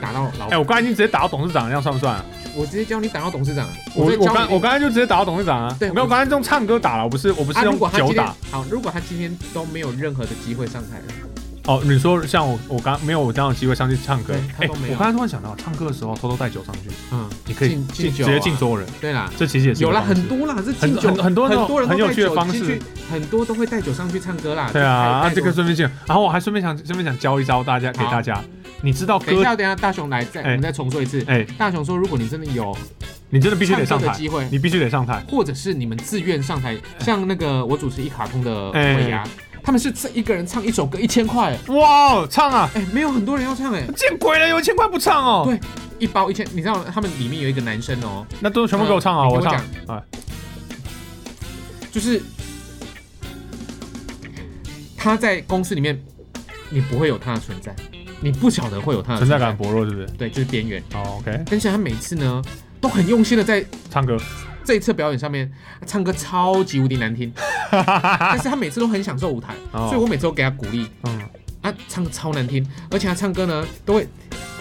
[SPEAKER 2] 打到老
[SPEAKER 1] 哎，，我刚才已经直接打到董事长，这样算不算啊？
[SPEAKER 2] 我直接教你打到董事长。
[SPEAKER 1] 我
[SPEAKER 2] 再
[SPEAKER 1] 我
[SPEAKER 2] 教
[SPEAKER 1] 刚
[SPEAKER 2] 你
[SPEAKER 1] 我刚才就直接打到董事长啊。
[SPEAKER 2] 对
[SPEAKER 1] 我刚我
[SPEAKER 2] 我
[SPEAKER 1] 刚才用唱歌打了，我不是我不是
[SPEAKER 2] 啊，
[SPEAKER 1] 用
[SPEAKER 2] 如果他
[SPEAKER 1] 酒
[SPEAKER 2] 今天
[SPEAKER 1] 打。
[SPEAKER 2] 好，如果他今天都没有任何的机会上台，
[SPEAKER 1] 哦，你说像我我刚没有我这样的机会上去唱歌
[SPEAKER 2] 对，他
[SPEAKER 1] 哎，
[SPEAKER 2] 都没
[SPEAKER 1] 我
[SPEAKER 2] 有
[SPEAKER 1] 刚才突然想到，唱歌的时候偷偷带酒上去，
[SPEAKER 2] 嗯，
[SPEAKER 1] 你可以
[SPEAKER 2] 敬
[SPEAKER 1] 敬
[SPEAKER 2] 敬酒
[SPEAKER 1] 直接
[SPEAKER 2] 啊
[SPEAKER 1] 敬所有人，
[SPEAKER 2] 对啦，
[SPEAKER 1] 这其实也是一
[SPEAKER 2] 有
[SPEAKER 1] 个
[SPEAKER 2] 啦，
[SPEAKER 1] 方式
[SPEAKER 2] 很多啦，这
[SPEAKER 1] 很
[SPEAKER 2] 敬酒
[SPEAKER 1] 很很多那种
[SPEAKER 2] 很多人
[SPEAKER 1] 很有趣的方式，
[SPEAKER 2] 很多都会带酒上去唱歌啦。
[SPEAKER 1] 对啊，
[SPEAKER 2] 就
[SPEAKER 1] 啊
[SPEAKER 2] 带
[SPEAKER 1] 这
[SPEAKER 2] 带
[SPEAKER 1] 个
[SPEAKER 2] 酒
[SPEAKER 1] 顺便讲，然后我还顺便想顺便想教一招大家给
[SPEAKER 2] 好
[SPEAKER 1] 大家，你知道
[SPEAKER 2] 等
[SPEAKER 1] 歌
[SPEAKER 2] 一下，等一下，大雄来，再
[SPEAKER 1] 哎
[SPEAKER 2] 我们再重说一次。
[SPEAKER 1] 哎、
[SPEAKER 2] 大雄说，如果你真的有
[SPEAKER 1] 你真的必须得上
[SPEAKER 2] 唱歌的
[SPEAKER 1] 台，
[SPEAKER 2] 机会，
[SPEAKER 1] 你必须得上台，
[SPEAKER 2] 或者是你们自愿上台，像那个我主持一卡通的
[SPEAKER 1] 哎
[SPEAKER 2] 尾牙，他们是这一个人唱一首歌一千块，
[SPEAKER 1] 哇哦，唱啊！
[SPEAKER 2] 哎，没有很多人要唱哎，
[SPEAKER 1] 见鬼了，有一千块不唱哦！
[SPEAKER 2] 对一包一千，你知道他们里面有一个男生哦，
[SPEAKER 1] 那都全部给我唱啊！
[SPEAKER 2] 嗯
[SPEAKER 1] 我
[SPEAKER 2] 你跟
[SPEAKER 1] 唱
[SPEAKER 2] 我，
[SPEAKER 1] 哎，
[SPEAKER 2] 就是他在公司里面，你不会有他的存在，你不晓得会有他的
[SPEAKER 1] 存在感，薄弱是不是？
[SPEAKER 2] 对，就是边缘。
[SPEAKER 1] 哦，OK，
[SPEAKER 2] 但是他每次呢都很用心的在
[SPEAKER 1] 唱歌，
[SPEAKER 2] 这一次表演上面唱歌超级无敌 难听，但是他每次都很享受舞台，
[SPEAKER 1] 哦
[SPEAKER 2] 所以我每次都给他鼓励。
[SPEAKER 1] 嗯，
[SPEAKER 2] 啊，唱歌超难听，而且他唱歌呢都会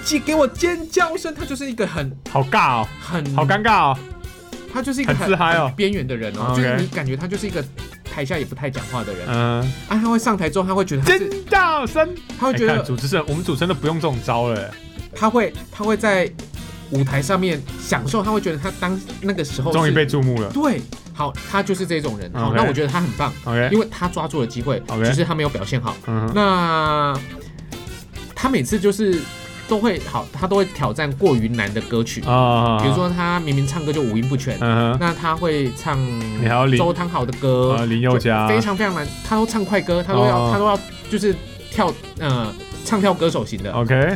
[SPEAKER 2] 既给我尖叫声，他就是一个很
[SPEAKER 1] 好尬哦，
[SPEAKER 2] 很
[SPEAKER 1] 好尴尬哦，
[SPEAKER 2] 他就是一个
[SPEAKER 1] 很自嗨哦
[SPEAKER 2] 很边缘的人哦，
[SPEAKER 1] OK
[SPEAKER 2] 就是你感觉他就是一个台下也不太讲话的人。
[SPEAKER 1] 嗯，
[SPEAKER 2] 啊，他会上台之后，他会觉得他 是，
[SPEAKER 1] 尖叫声。
[SPEAKER 2] 他会
[SPEAKER 1] 哎
[SPEAKER 2] 觉
[SPEAKER 1] 看
[SPEAKER 2] 得
[SPEAKER 1] 主持人，我们主持人都不用这种招了，哎
[SPEAKER 2] 他会他会在舞台上面享受，他会觉得他当那个时候
[SPEAKER 1] 终于
[SPEAKER 2] 哦是
[SPEAKER 1] 被注目了。
[SPEAKER 2] 对，好，他就是这种人。好，
[SPEAKER 1] OK
[SPEAKER 2] 那我觉得他很棒，
[SPEAKER 1] OK，
[SPEAKER 2] 因为他抓住了机会，
[SPEAKER 1] OK
[SPEAKER 2] 只是他没有表现好。
[SPEAKER 1] 嗯哼，
[SPEAKER 2] 那他每次就是都会好，他都会挑战过于难的歌曲，
[SPEAKER 1] 啊，
[SPEAKER 2] 比如，说他明明唱歌就五音不全，
[SPEAKER 1] 嗯哼，
[SPEAKER 2] 那他会唱
[SPEAKER 1] 你还要领
[SPEAKER 2] 周汤豪的歌
[SPEAKER 1] 啊，，林宥嘉，
[SPEAKER 2] 非常非常难，他都唱快歌，他都
[SPEAKER 1] 哦
[SPEAKER 2] 要他都要就是跳呃唱跳歌手型的。
[SPEAKER 1] OK，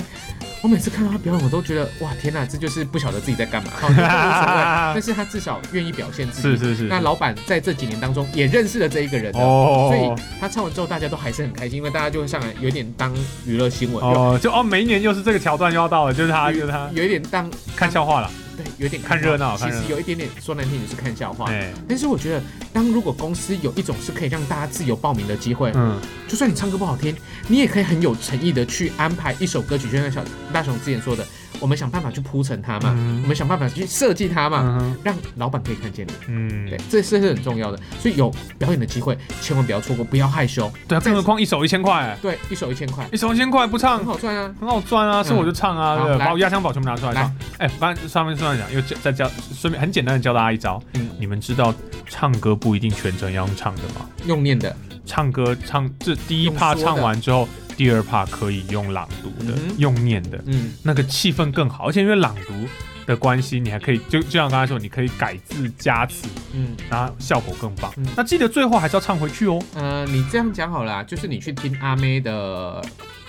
[SPEAKER 2] 我每次看到他表演，我都觉得哇天哪，这就是不晓得自己 在干嘛。好这都无所谓但是他至少愿意表现自
[SPEAKER 1] 是
[SPEAKER 2] 己。
[SPEAKER 1] 是是，
[SPEAKER 2] 那老板在这几年当中也认识了这一个人了
[SPEAKER 1] 哦，
[SPEAKER 2] 所以他唱完之后，大家都还是很开心，因为大家就会上来有点当娱乐新闻，
[SPEAKER 1] 哦，就哦，每一年又是这个桥段又要到了，就是他，就是他
[SPEAKER 2] 有有一点当
[SPEAKER 1] 看笑话了，
[SPEAKER 2] 对，有点
[SPEAKER 1] 看热闹
[SPEAKER 2] 其
[SPEAKER 1] 看热
[SPEAKER 2] 实
[SPEAKER 1] 闹
[SPEAKER 2] 有一点点说难听也是看笑话。
[SPEAKER 1] 哎，
[SPEAKER 2] 但是我觉得，当如果公司有一种是可以让大家自由报名的机会，
[SPEAKER 1] 嗯，
[SPEAKER 2] 就算你唱歌不好听，你也可以很有诚意的去安排一首歌曲，就像小大雄之前说的，我们想办法去铺陈它嘛，
[SPEAKER 1] 嗯
[SPEAKER 2] 我们想办法去设计它嘛，
[SPEAKER 1] 嗯哼
[SPEAKER 2] 让老板可以看见你。
[SPEAKER 1] 嗯，
[SPEAKER 2] 对，这这是很重要的，所以有表演的机会，千万不要错过，不要害羞。
[SPEAKER 1] 对啊，更何况一首一千块，
[SPEAKER 2] 对，一首一千块，
[SPEAKER 1] 一首一千块不唱
[SPEAKER 2] 很好赚啊。
[SPEAKER 1] 很好赚啊，是我就唱啊，
[SPEAKER 2] 嗯
[SPEAKER 1] 对，
[SPEAKER 2] 好来
[SPEAKER 1] 把我压箱宝全部拿出来唱
[SPEAKER 2] 来。
[SPEAKER 1] 哎，反正上面顺便讲，又教再教，顺便很简单的教大家一招
[SPEAKER 2] 嗯。
[SPEAKER 1] 你们知道唱歌不一定全程要用唱的吗？
[SPEAKER 2] 用念的，
[SPEAKER 1] 唱歌唱这第一
[SPEAKER 2] 用
[SPEAKER 1] 趴
[SPEAKER 2] 说
[SPEAKER 1] 唱
[SPEAKER 2] 的
[SPEAKER 1] 完之后，第二趴可以用朗读的
[SPEAKER 2] 嗯，哼
[SPEAKER 1] 用念的，
[SPEAKER 2] 嗯，
[SPEAKER 1] 那个气氛更好。而且因为朗读的关系，你还可以就就像刚才说，你可以改字加词，
[SPEAKER 2] 嗯，
[SPEAKER 1] 然后效果更棒
[SPEAKER 2] 嗯。
[SPEAKER 1] 那记得最后还是要唱回去哦。
[SPEAKER 2] 呃，你这样讲好了啊、就是你去听阿妹的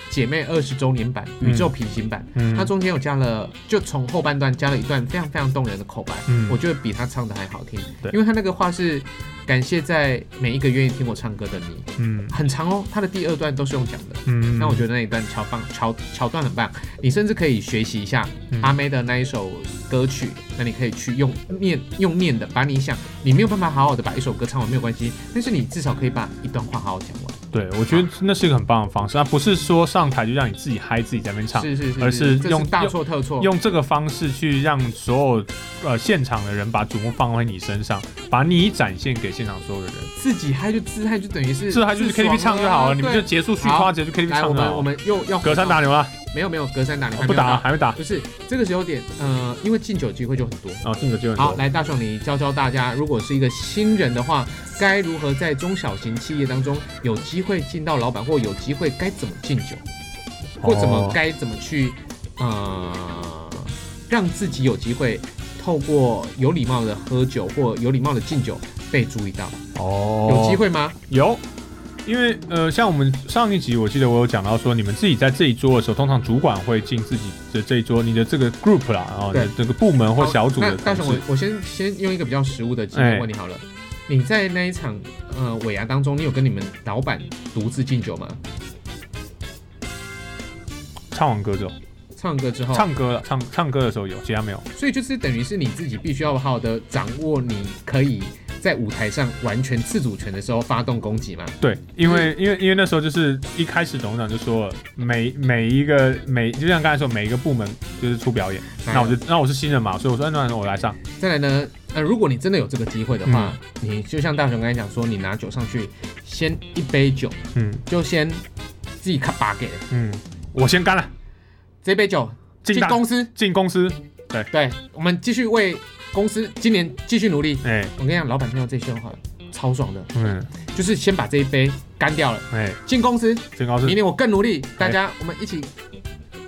[SPEAKER 2] 姐妹二十周年版宇宙平行版，
[SPEAKER 1] 嗯
[SPEAKER 2] 它中间有加了，就从后半段加了一段非常非常动人的口白，
[SPEAKER 1] 嗯
[SPEAKER 2] 我觉得比她唱的还好听，
[SPEAKER 1] 对
[SPEAKER 2] 因为她那个话是感谢在每一个愿意听我唱歌的你，
[SPEAKER 1] 嗯
[SPEAKER 2] 很长哦，她的第二段都是用讲的。
[SPEAKER 1] 嗯，
[SPEAKER 2] 那我觉得那一段桥棒桥桥段很棒，你甚至可以学习一下
[SPEAKER 1] 嗯
[SPEAKER 2] 阿妹的那一首歌曲，那你可以去用念用念的，把你想你没有办法好好的把一首歌唱完没有关系，但是你至少可以把一段话好好讲完。
[SPEAKER 1] 嗯对，我觉得那是一个很棒的方式，啊，不是说上台就让你自己嗨自己在那边唱，
[SPEAKER 2] 是是是，
[SPEAKER 1] 而是
[SPEAKER 2] 这
[SPEAKER 1] 用
[SPEAKER 2] 大错特错。
[SPEAKER 1] 用这个方式去让所有呃现场的人把瞩目放回你身上，把你展现给现场所有的人。
[SPEAKER 2] 自己嗨就自嗨，就等于是
[SPEAKER 1] 这还就是
[SPEAKER 2] 自爽
[SPEAKER 1] KTV 唱就好了，你们就
[SPEAKER 2] 对
[SPEAKER 1] 结束续夸直接去 KTV
[SPEAKER 2] 来，我
[SPEAKER 1] 唱就
[SPEAKER 2] 们
[SPEAKER 1] 好
[SPEAKER 2] 我
[SPEAKER 1] 了。
[SPEAKER 2] 们又要
[SPEAKER 1] 隔山打牛了，
[SPEAKER 2] 没有没有隔山打，你还没
[SPEAKER 1] 不
[SPEAKER 2] 有
[SPEAKER 1] 打
[SPEAKER 2] 到，
[SPEAKER 1] 还没打，
[SPEAKER 2] 不是这个时候点，呃，因为敬酒机会就很多。
[SPEAKER 1] 哦，进者就很
[SPEAKER 2] 好，
[SPEAKER 1] 多。
[SPEAKER 2] 来大壮，你教教大家，如果是一个新人的话，该如何在中小型企业当中有机会进到老板，或有机会该怎么敬酒，或怎么
[SPEAKER 1] 哦
[SPEAKER 2] 该怎么去，呃，让自己有机会透过有礼貌的喝酒或有礼貌的敬酒被注意到，
[SPEAKER 1] 哦，
[SPEAKER 2] 有机会吗？
[SPEAKER 1] 有，因为呃，像我们上一集我记得我有讲到说，你们自己在这一桌的时候，通常主管会进自己的这一桌，你的这个 group 啦，然后
[SPEAKER 2] 对
[SPEAKER 1] 这个部门或
[SPEAKER 2] 好
[SPEAKER 1] 小组
[SPEAKER 2] 那
[SPEAKER 1] 的
[SPEAKER 2] 但
[SPEAKER 1] 同
[SPEAKER 2] 是我
[SPEAKER 1] 事，
[SPEAKER 2] 我先先用一个比较实物的经
[SPEAKER 1] 哎
[SPEAKER 2] 验问你好了，你在那一场呃尾牙当中，你有跟你们老板独自敬酒吗？
[SPEAKER 1] 唱完歌之后，
[SPEAKER 2] 唱歌之后，
[SPEAKER 1] 唱歌了，唱唱歌的时候有，其他没有。
[SPEAKER 2] 所以就是等于是你自己必须要好好的掌握，你可以在舞台上完全自主权的时候发动攻击嘛。
[SPEAKER 1] 对，因为
[SPEAKER 2] 嗯
[SPEAKER 1] 因为因为那时候就是一开始董事长就说了，每每一个每就像刚才说，每一个部门就是出表演，
[SPEAKER 2] 来
[SPEAKER 1] 那我就那我是新人嘛，所以我说哎那我来上，
[SPEAKER 2] 再来呢，呃，如果你真的有这个机会的话，
[SPEAKER 1] 嗯
[SPEAKER 2] 你就像大雄刚才讲说，你拿酒上去，先一杯酒
[SPEAKER 1] 嗯
[SPEAKER 2] 就先自己咔把给了
[SPEAKER 1] 嗯，我先干了，
[SPEAKER 2] 这杯酒
[SPEAKER 1] 进
[SPEAKER 2] 进
[SPEAKER 1] 大
[SPEAKER 2] 公司，
[SPEAKER 1] 进公司，
[SPEAKER 2] 对我们继续为公司今年继续努力。
[SPEAKER 1] 哎、
[SPEAKER 2] 我跟你讲，老板听到这些话超爽的，
[SPEAKER 1] 嗯
[SPEAKER 2] 就是先把这一杯干掉了，
[SPEAKER 1] 哎，
[SPEAKER 2] 进公司，
[SPEAKER 1] 进公司
[SPEAKER 2] 明，年我更努力，大家我们一起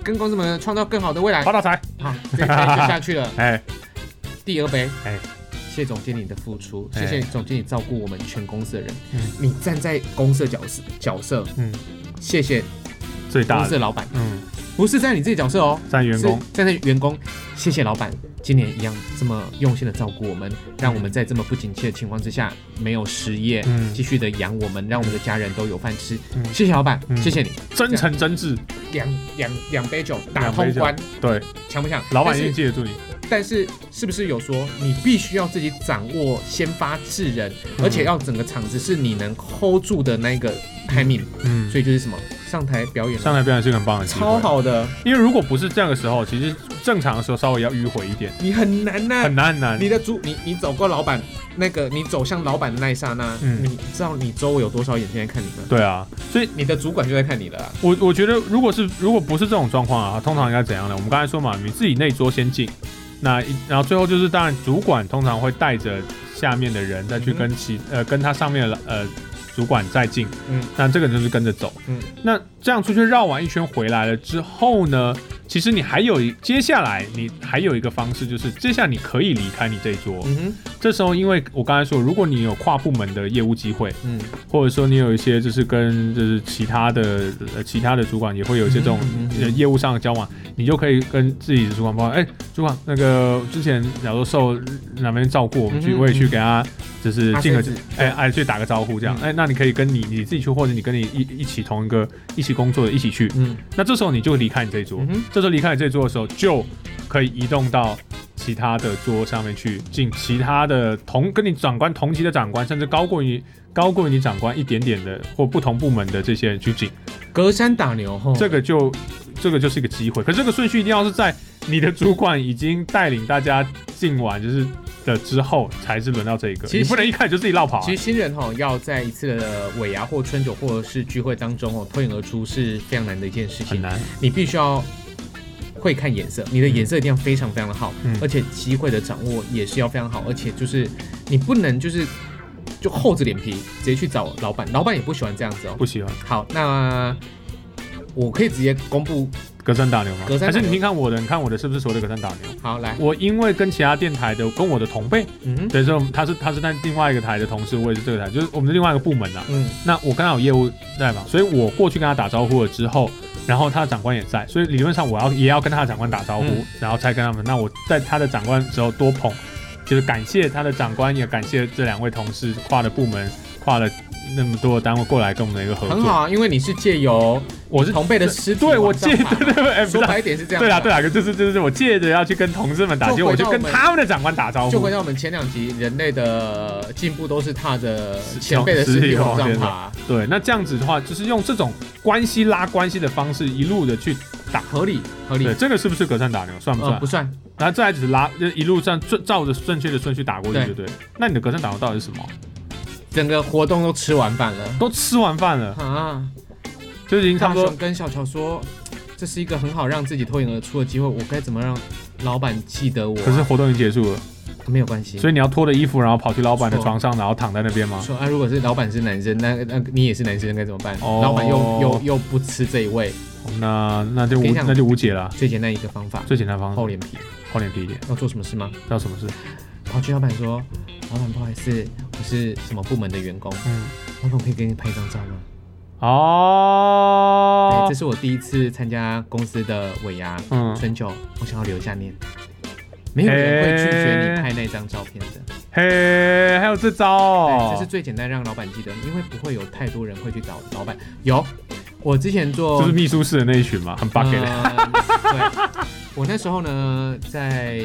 [SPEAKER 2] 跟公司们创造更好的未来
[SPEAKER 1] 发。大财，
[SPEAKER 2] 好，这一杯就下去了，
[SPEAKER 1] 哎、
[SPEAKER 2] 第二杯，
[SPEAKER 1] 哎
[SPEAKER 2] 谢谢总经理的付出，
[SPEAKER 1] 哎
[SPEAKER 2] 谢谢总经理照顾我们全公司的人
[SPEAKER 1] 嗯。
[SPEAKER 2] 你站在公司的角色角色，
[SPEAKER 1] 嗯，
[SPEAKER 2] 谢谢
[SPEAKER 1] 最
[SPEAKER 2] 公
[SPEAKER 1] 大
[SPEAKER 2] 司
[SPEAKER 1] 的，
[SPEAKER 2] 的老板，
[SPEAKER 1] 嗯，
[SPEAKER 2] 不是站在你自己角色哦，
[SPEAKER 1] 站员工
[SPEAKER 2] 是，站在员工，谢谢老板，今年一样这么用心的照顾我们，让我们在这么不景气的情况之下没有失业，
[SPEAKER 1] 嗯
[SPEAKER 2] 继续的养我们，让我们的家人都有饭吃。
[SPEAKER 1] 嗯
[SPEAKER 2] 谢谢老板，
[SPEAKER 1] 嗯
[SPEAKER 2] 谢谢你，
[SPEAKER 1] 真诚真挚，
[SPEAKER 2] 两两两杯酒打
[SPEAKER 1] 两杯
[SPEAKER 2] 通
[SPEAKER 1] 酒
[SPEAKER 2] 关，
[SPEAKER 1] 对，
[SPEAKER 2] 强不强？
[SPEAKER 1] 老板
[SPEAKER 2] 但
[SPEAKER 1] 一
[SPEAKER 2] 是
[SPEAKER 1] 定记得住你，
[SPEAKER 2] 但是是不是有说你必须要自己掌握先发制人，
[SPEAKER 1] 嗯
[SPEAKER 2] 而且要整个场子是你能 hold 住的那个 timing，、
[SPEAKER 1] 嗯，
[SPEAKER 2] 所以就是什么上台表演
[SPEAKER 1] 上台表演是个很棒的机
[SPEAKER 2] 超
[SPEAKER 1] 会，
[SPEAKER 2] 好的，
[SPEAKER 1] 因为如果不是这样的时候，其实正常的时候稍微要迂回一点，
[SPEAKER 2] 你很难呐、
[SPEAKER 1] 很难很难
[SPEAKER 2] 哎你，的主，你你走过老板那个，你走向老板的那一刹那，
[SPEAKER 1] 嗯
[SPEAKER 2] 你知道你周围有多少眼睛在看你吗？
[SPEAKER 1] 对啊，所以
[SPEAKER 2] 你的主管就在看你了啊、
[SPEAKER 1] 我我觉得，如果是如果不是这种状况啊，通常应该怎样呢？我们刚才说嘛，你自己那一桌先进，那一然后最后就是，当然主管通常会带着下面的人再去跟其、呃跟他上面的呃主管再进，
[SPEAKER 2] 嗯，
[SPEAKER 1] 那这个人就是跟着走，
[SPEAKER 2] 嗯，
[SPEAKER 1] 那这样出去绕完一圈回来了之后呢，其实你还有一接下来你还有一个方式就是，接下来你可以离开你这一桌，
[SPEAKER 2] 嗯哼，
[SPEAKER 1] 这时候因为我刚才说，如果你有跨部门的业务机会，
[SPEAKER 2] 嗯，
[SPEAKER 1] 或者说你有一些就是跟就是其他的呃其他的主管也会有一些这种
[SPEAKER 2] 嗯嗯嗯
[SPEAKER 1] 呃业务上的交往，你就可以跟自己的主管报告，哎，主管那个之前假如受哪边照顾，我们去
[SPEAKER 2] 嗯嗯
[SPEAKER 1] 我也去
[SPEAKER 2] 嗯
[SPEAKER 1] 给他就是
[SPEAKER 2] 阿
[SPEAKER 1] 敬个
[SPEAKER 2] 飞子
[SPEAKER 1] 哎哎去打个招呼这样，
[SPEAKER 2] 嗯
[SPEAKER 1] 哎那你可以跟你你自己去，或者你跟你一一起同一个一起工作的一起去，
[SPEAKER 2] 嗯
[SPEAKER 1] 那这时候你就离开你这一桌
[SPEAKER 2] 嗯，哼，
[SPEAKER 1] 这时候离开你这桌的时候就可以移动到。其他的桌上面去进其他的同跟你长官同级的长官，甚至高过你高过你长官一点点的或不同部门的这些人去进，
[SPEAKER 2] 哦隔山打牛吼，
[SPEAKER 1] 这个就这个就是一个机会。可这个顺序一定要是在你的主管已经带领大家进完就是的之后，才是轮到这一个。
[SPEAKER 2] 其实
[SPEAKER 1] 你不能一开始就自己绕跑、啊
[SPEAKER 2] 其。实新人哈、要在一次的尾牙或春酒或者是聚会当中哦脱颖而出是非常难的一件事
[SPEAKER 1] 很
[SPEAKER 2] 情，
[SPEAKER 1] 难，
[SPEAKER 2] 你必须要会看眼色，你的眼色一定要非常非常的好，
[SPEAKER 1] 嗯
[SPEAKER 2] 而且机会的掌握也是要非常好，而且就是你不能就是就厚着脸皮直接去找老板，老板也不喜欢这样子哦。
[SPEAKER 1] 不喜欢
[SPEAKER 2] 好，那我可以直接公布，
[SPEAKER 1] 隔山打牛吗？
[SPEAKER 2] 隔山打牛
[SPEAKER 1] 还是你听看我的，你看我的是不是所谓的隔山打牛？
[SPEAKER 2] 好来，
[SPEAKER 1] 我因为跟其他电台的，跟我的同辈，
[SPEAKER 2] 嗯哼
[SPEAKER 1] 对，所以我们他是他是在另外一个台的同事，我也是这个台，就是我们的另外一个部门啊。
[SPEAKER 2] 嗯，
[SPEAKER 1] 那我跟他有业务在嘛，所以我过去跟他打招呼了之后，然后他的长官也在，所以理论上我要也要跟他的长官打招呼，
[SPEAKER 2] 嗯
[SPEAKER 1] 然后才跟他们。那我在他的长官时候多捧，就是感谢他的长官，也感谢这两位同事跨了部门，跨了那么多的单位过来跟我们的一个合
[SPEAKER 2] 很
[SPEAKER 1] 作。
[SPEAKER 2] 好啊，因为你是借由
[SPEAKER 1] 我是
[SPEAKER 2] 同辈的师
[SPEAKER 1] 对我借对对对，哎，不
[SPEAKER 2] 说
[SPEAKER 1] 是啊
[SPEAKER 2] 白一点是这样，
[SPEAKER 1] 对啦对啦，就是就是我借着要去跟同事们打，
[SPEAKER 2] 就
[SPEAKER 1] 结果我
[SPEAKER 2] 回
[SPEAKER 1] 就
[SPEAKER 2] 到
[SPEAKER 1] 跟
[SPEAKER 2] 我们
[SPEAKER 1] 他们的长官打招
[SPEAKER 2] 就
[SPEAKER 1] 呼
[SPEAKER 2] 回。到我们前两集，人类的进步都是踏着
[SPEAKER 1] 是
[SPEAKER 2] 前辈的
[SPEAKER 1] 实
[SPEAKER 2] 尸
[SPEAKER 1] 力
[SPEAKER 2] 体往
[SPEAKER 1] 往
[SPEAKER 2] 上
[SPEAKER 1] 前
[SPEAKER 2] 爬，
[SPEAKER 1] 对，那这样子的话，就是用这种关系拉关系的方式，一路的去打。
[SPEAKER 2] 合理合理
[SPEAKER 1] 对，，这个是不是隔山打牛？算不算？
[SPEAKER 2] 呃，不算，
[SPEAKER 1] 然后再来只是拉，就一路上顺照着正确的顺序打过去，
[SPEAKER 2] 对
[SPEAKER 1] 对不对？那你的隔山打牛到底是什么？
[SPEAKER 2] 整个活动都吃完饭了
[SPEAKER 1] 都吃完饭了，
[SPEAKER 2] 啊。
[SPEAKER 1] 就已经差不
[SPEAKER 2] 大
[SPEAKER 1] 多
[SPEAKER 2] 雄跟小乔说，这是一个很好让自己脱颖而出的机会，我该怎么让老板记得我啊、
[SPEAKER 1] 可是活动已经结束了，
[SPEAKER 2] 没有关系。
[SPEAKER 1] 所以你要脱了衣服，然后跑去老板的
[SPEAKER 2] 错
[SPEAKER 1] 床上，然后躺在那边吗？
[SPEAKER 2] 说啊，如果是老板是男生，那那你也是男生该怎么办？
[SPEAKER 1] 哦
[SPEAKER 2] 老板又又又不吃这一味，
[SPEAKER 1] 那那就无
[SPEAKER 2] 跟你讲
[SPEAKER 1] 那就无解了。
[SPEAKER 2] 最简单一个方法，
[SPEAKER 1] 最简单方
[SPEAKER 2] 厚
[SPEAKER 1] 式，
[SPEAKER 2] 脸皮。
[SPEAKER 1] 厚脸皮一点，
[SPEAKER 2] 要做什么事吗？
[SPEAKER 1] 知道什么事？
[SPEAKER 2] 跑去老板说，老板不好意思，我是什么部门的员工，
[SPEAKER 1] 嗯，
[SPEAKER 2] 老板我可以给你拍一张照吗？对，
[SPEAKER 1] 哦
[SPEAKER 2] 哎这，是我第一次参加公司的尾牙、
[SPEAKER 1] 嗯，哎
[SPEAKER 2] 春酒，我想要留下念。没有人会拒绝你拍那张照片的，
[SPEAKER 1] 嘿，还有这招
[SPEAKER 2] 哎对，这
[SPEAKER 1] 哦
[SPEAKER 2] 是，最简单让老板记得，因为不会有太多人会去找老板。有，我之前做
[SPEAKER 1] 就是秘书室的那一群嘛，很 bug 的。
[SPEAKER 2] 呃对，我那时候呢，在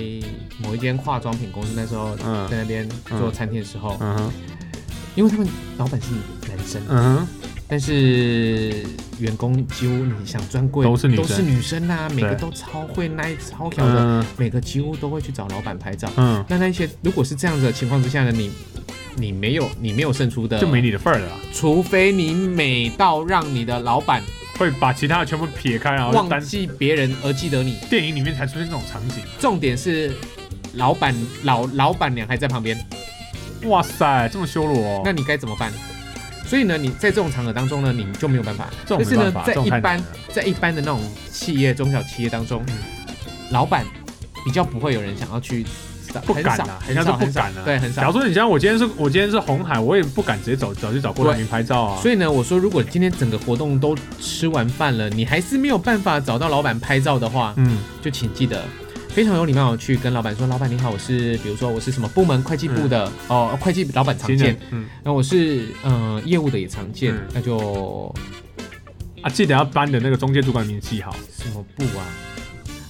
[SPEAKER 2] 某一间化妆品公司，那时候
[SPEAKER 1] 嗯
[SPEAKER 2] 在那边做餐厅的时候，
[SPEAKER 1] 嗯哼，
[SPEAKER 2] 因为他们老板是男生，
[SPEAKER 1] 嗯哼，
[SPEAKER 2] 但是员工几乎你想专柜
[SPEAKER 1] 都是女生
[SPEAKER 2] 都是女生啊，每个
[SPEAKER 1] 对
[SPEAKER 2] 都超会耐、超挑的，
[SPEAKER 1] 嗯
[SPEAKER 2] 每个几乎都会去找老板拍照。
[SPEAKER 1] 嗯，
[SPEAKER 2] 那那些如果是这样子的情况之下呢，你你没有你没有胜出的，
[SPEAKER 1] 就没，你的份儿了啦，
[SPEAKER 2] 除非你美到让你的老板
[SPEAKER 1] 会把其他的全部撇开，然后就
[SPEAKER 2] 忘
[SPEAKER 1] 单
[SPEAKER 2] 记别人而记得你。
[SPEAKER 1] 电影里面才出现这种场景。
[SPEAKER 2] 重点是老板老老板娘还在旁边，
[SPEAKER 1] 哇塞，这么羞辱哦！
[SPEAKER 2] 那你该怎么办？所以呢，你在这种场合当中呢，你就没有办法。
[SPEAKER 1] 这种
[SPEAKER 2] 但是
[SPEAKER 1] 没办
[SPEAKER 2] 呢
[SPEAKER 1] 法，，这
[SPEAKER 2] 在
[SPEAKER 1] 种
[SPEAKER 2] 一
[SPEAKER 1] 太难
[SPEAKER 2] 般
[SPEAKER 1] 了
[SPEAKER 2] 在一般的那种企业、中小企业当中，
[SPEAKER 1] 嗯
[SPEAKER 2] 老板比较不会有人想要去，
[SPEAKER 1] 不
[SPEAKER 2] 很
[SPEAKER 1] 敢
[SPEAKER 2] 少
[SPEAKER 1] 啊，
[SPEAKER 2] 很
[SPEAKER 1] 人家
[SPEAKER 2] 少
[SPEAKER 1] 都不
[SPEAKER 2] 很少，
[SPEAKER 1] 敢啊。
[SPEAKER 2] 对，很
[SPEAKER 1] 假如
[SPEAKER 2] 少。
[SPEAKER 1] 说你像我今天是，我今天是红海，我也不敢直接走走去找郭台铭拍照啊。
[SPEAKER 2] 所以呢，我说如果今天整个活动都吃完饭了，你还是没有办法找到老板拍照的话，
[SPEAKER 1] 嗯，
[SPEAKER 2] 就请记得非常有礼貌地去跟老板说：“老板你好，我是比如说我是什么部门会计部的、
[SPEAKER 1] 嗯
[SPEAKER 2] 哦，会计老板常
[SPEAKER 1] 今
[SPEAKER 2] 见
[SPEAKER 1] 天。嗯
[SPEAKER 2] 那我是呃业务的也常见，
[SPEAKER 1] 嗯
[SPEAKER 2] 那就
[SPEAKER 1] 啊，记得要把你的那个中介主管名字记好。
[SPEAKER 2] 什么部啊？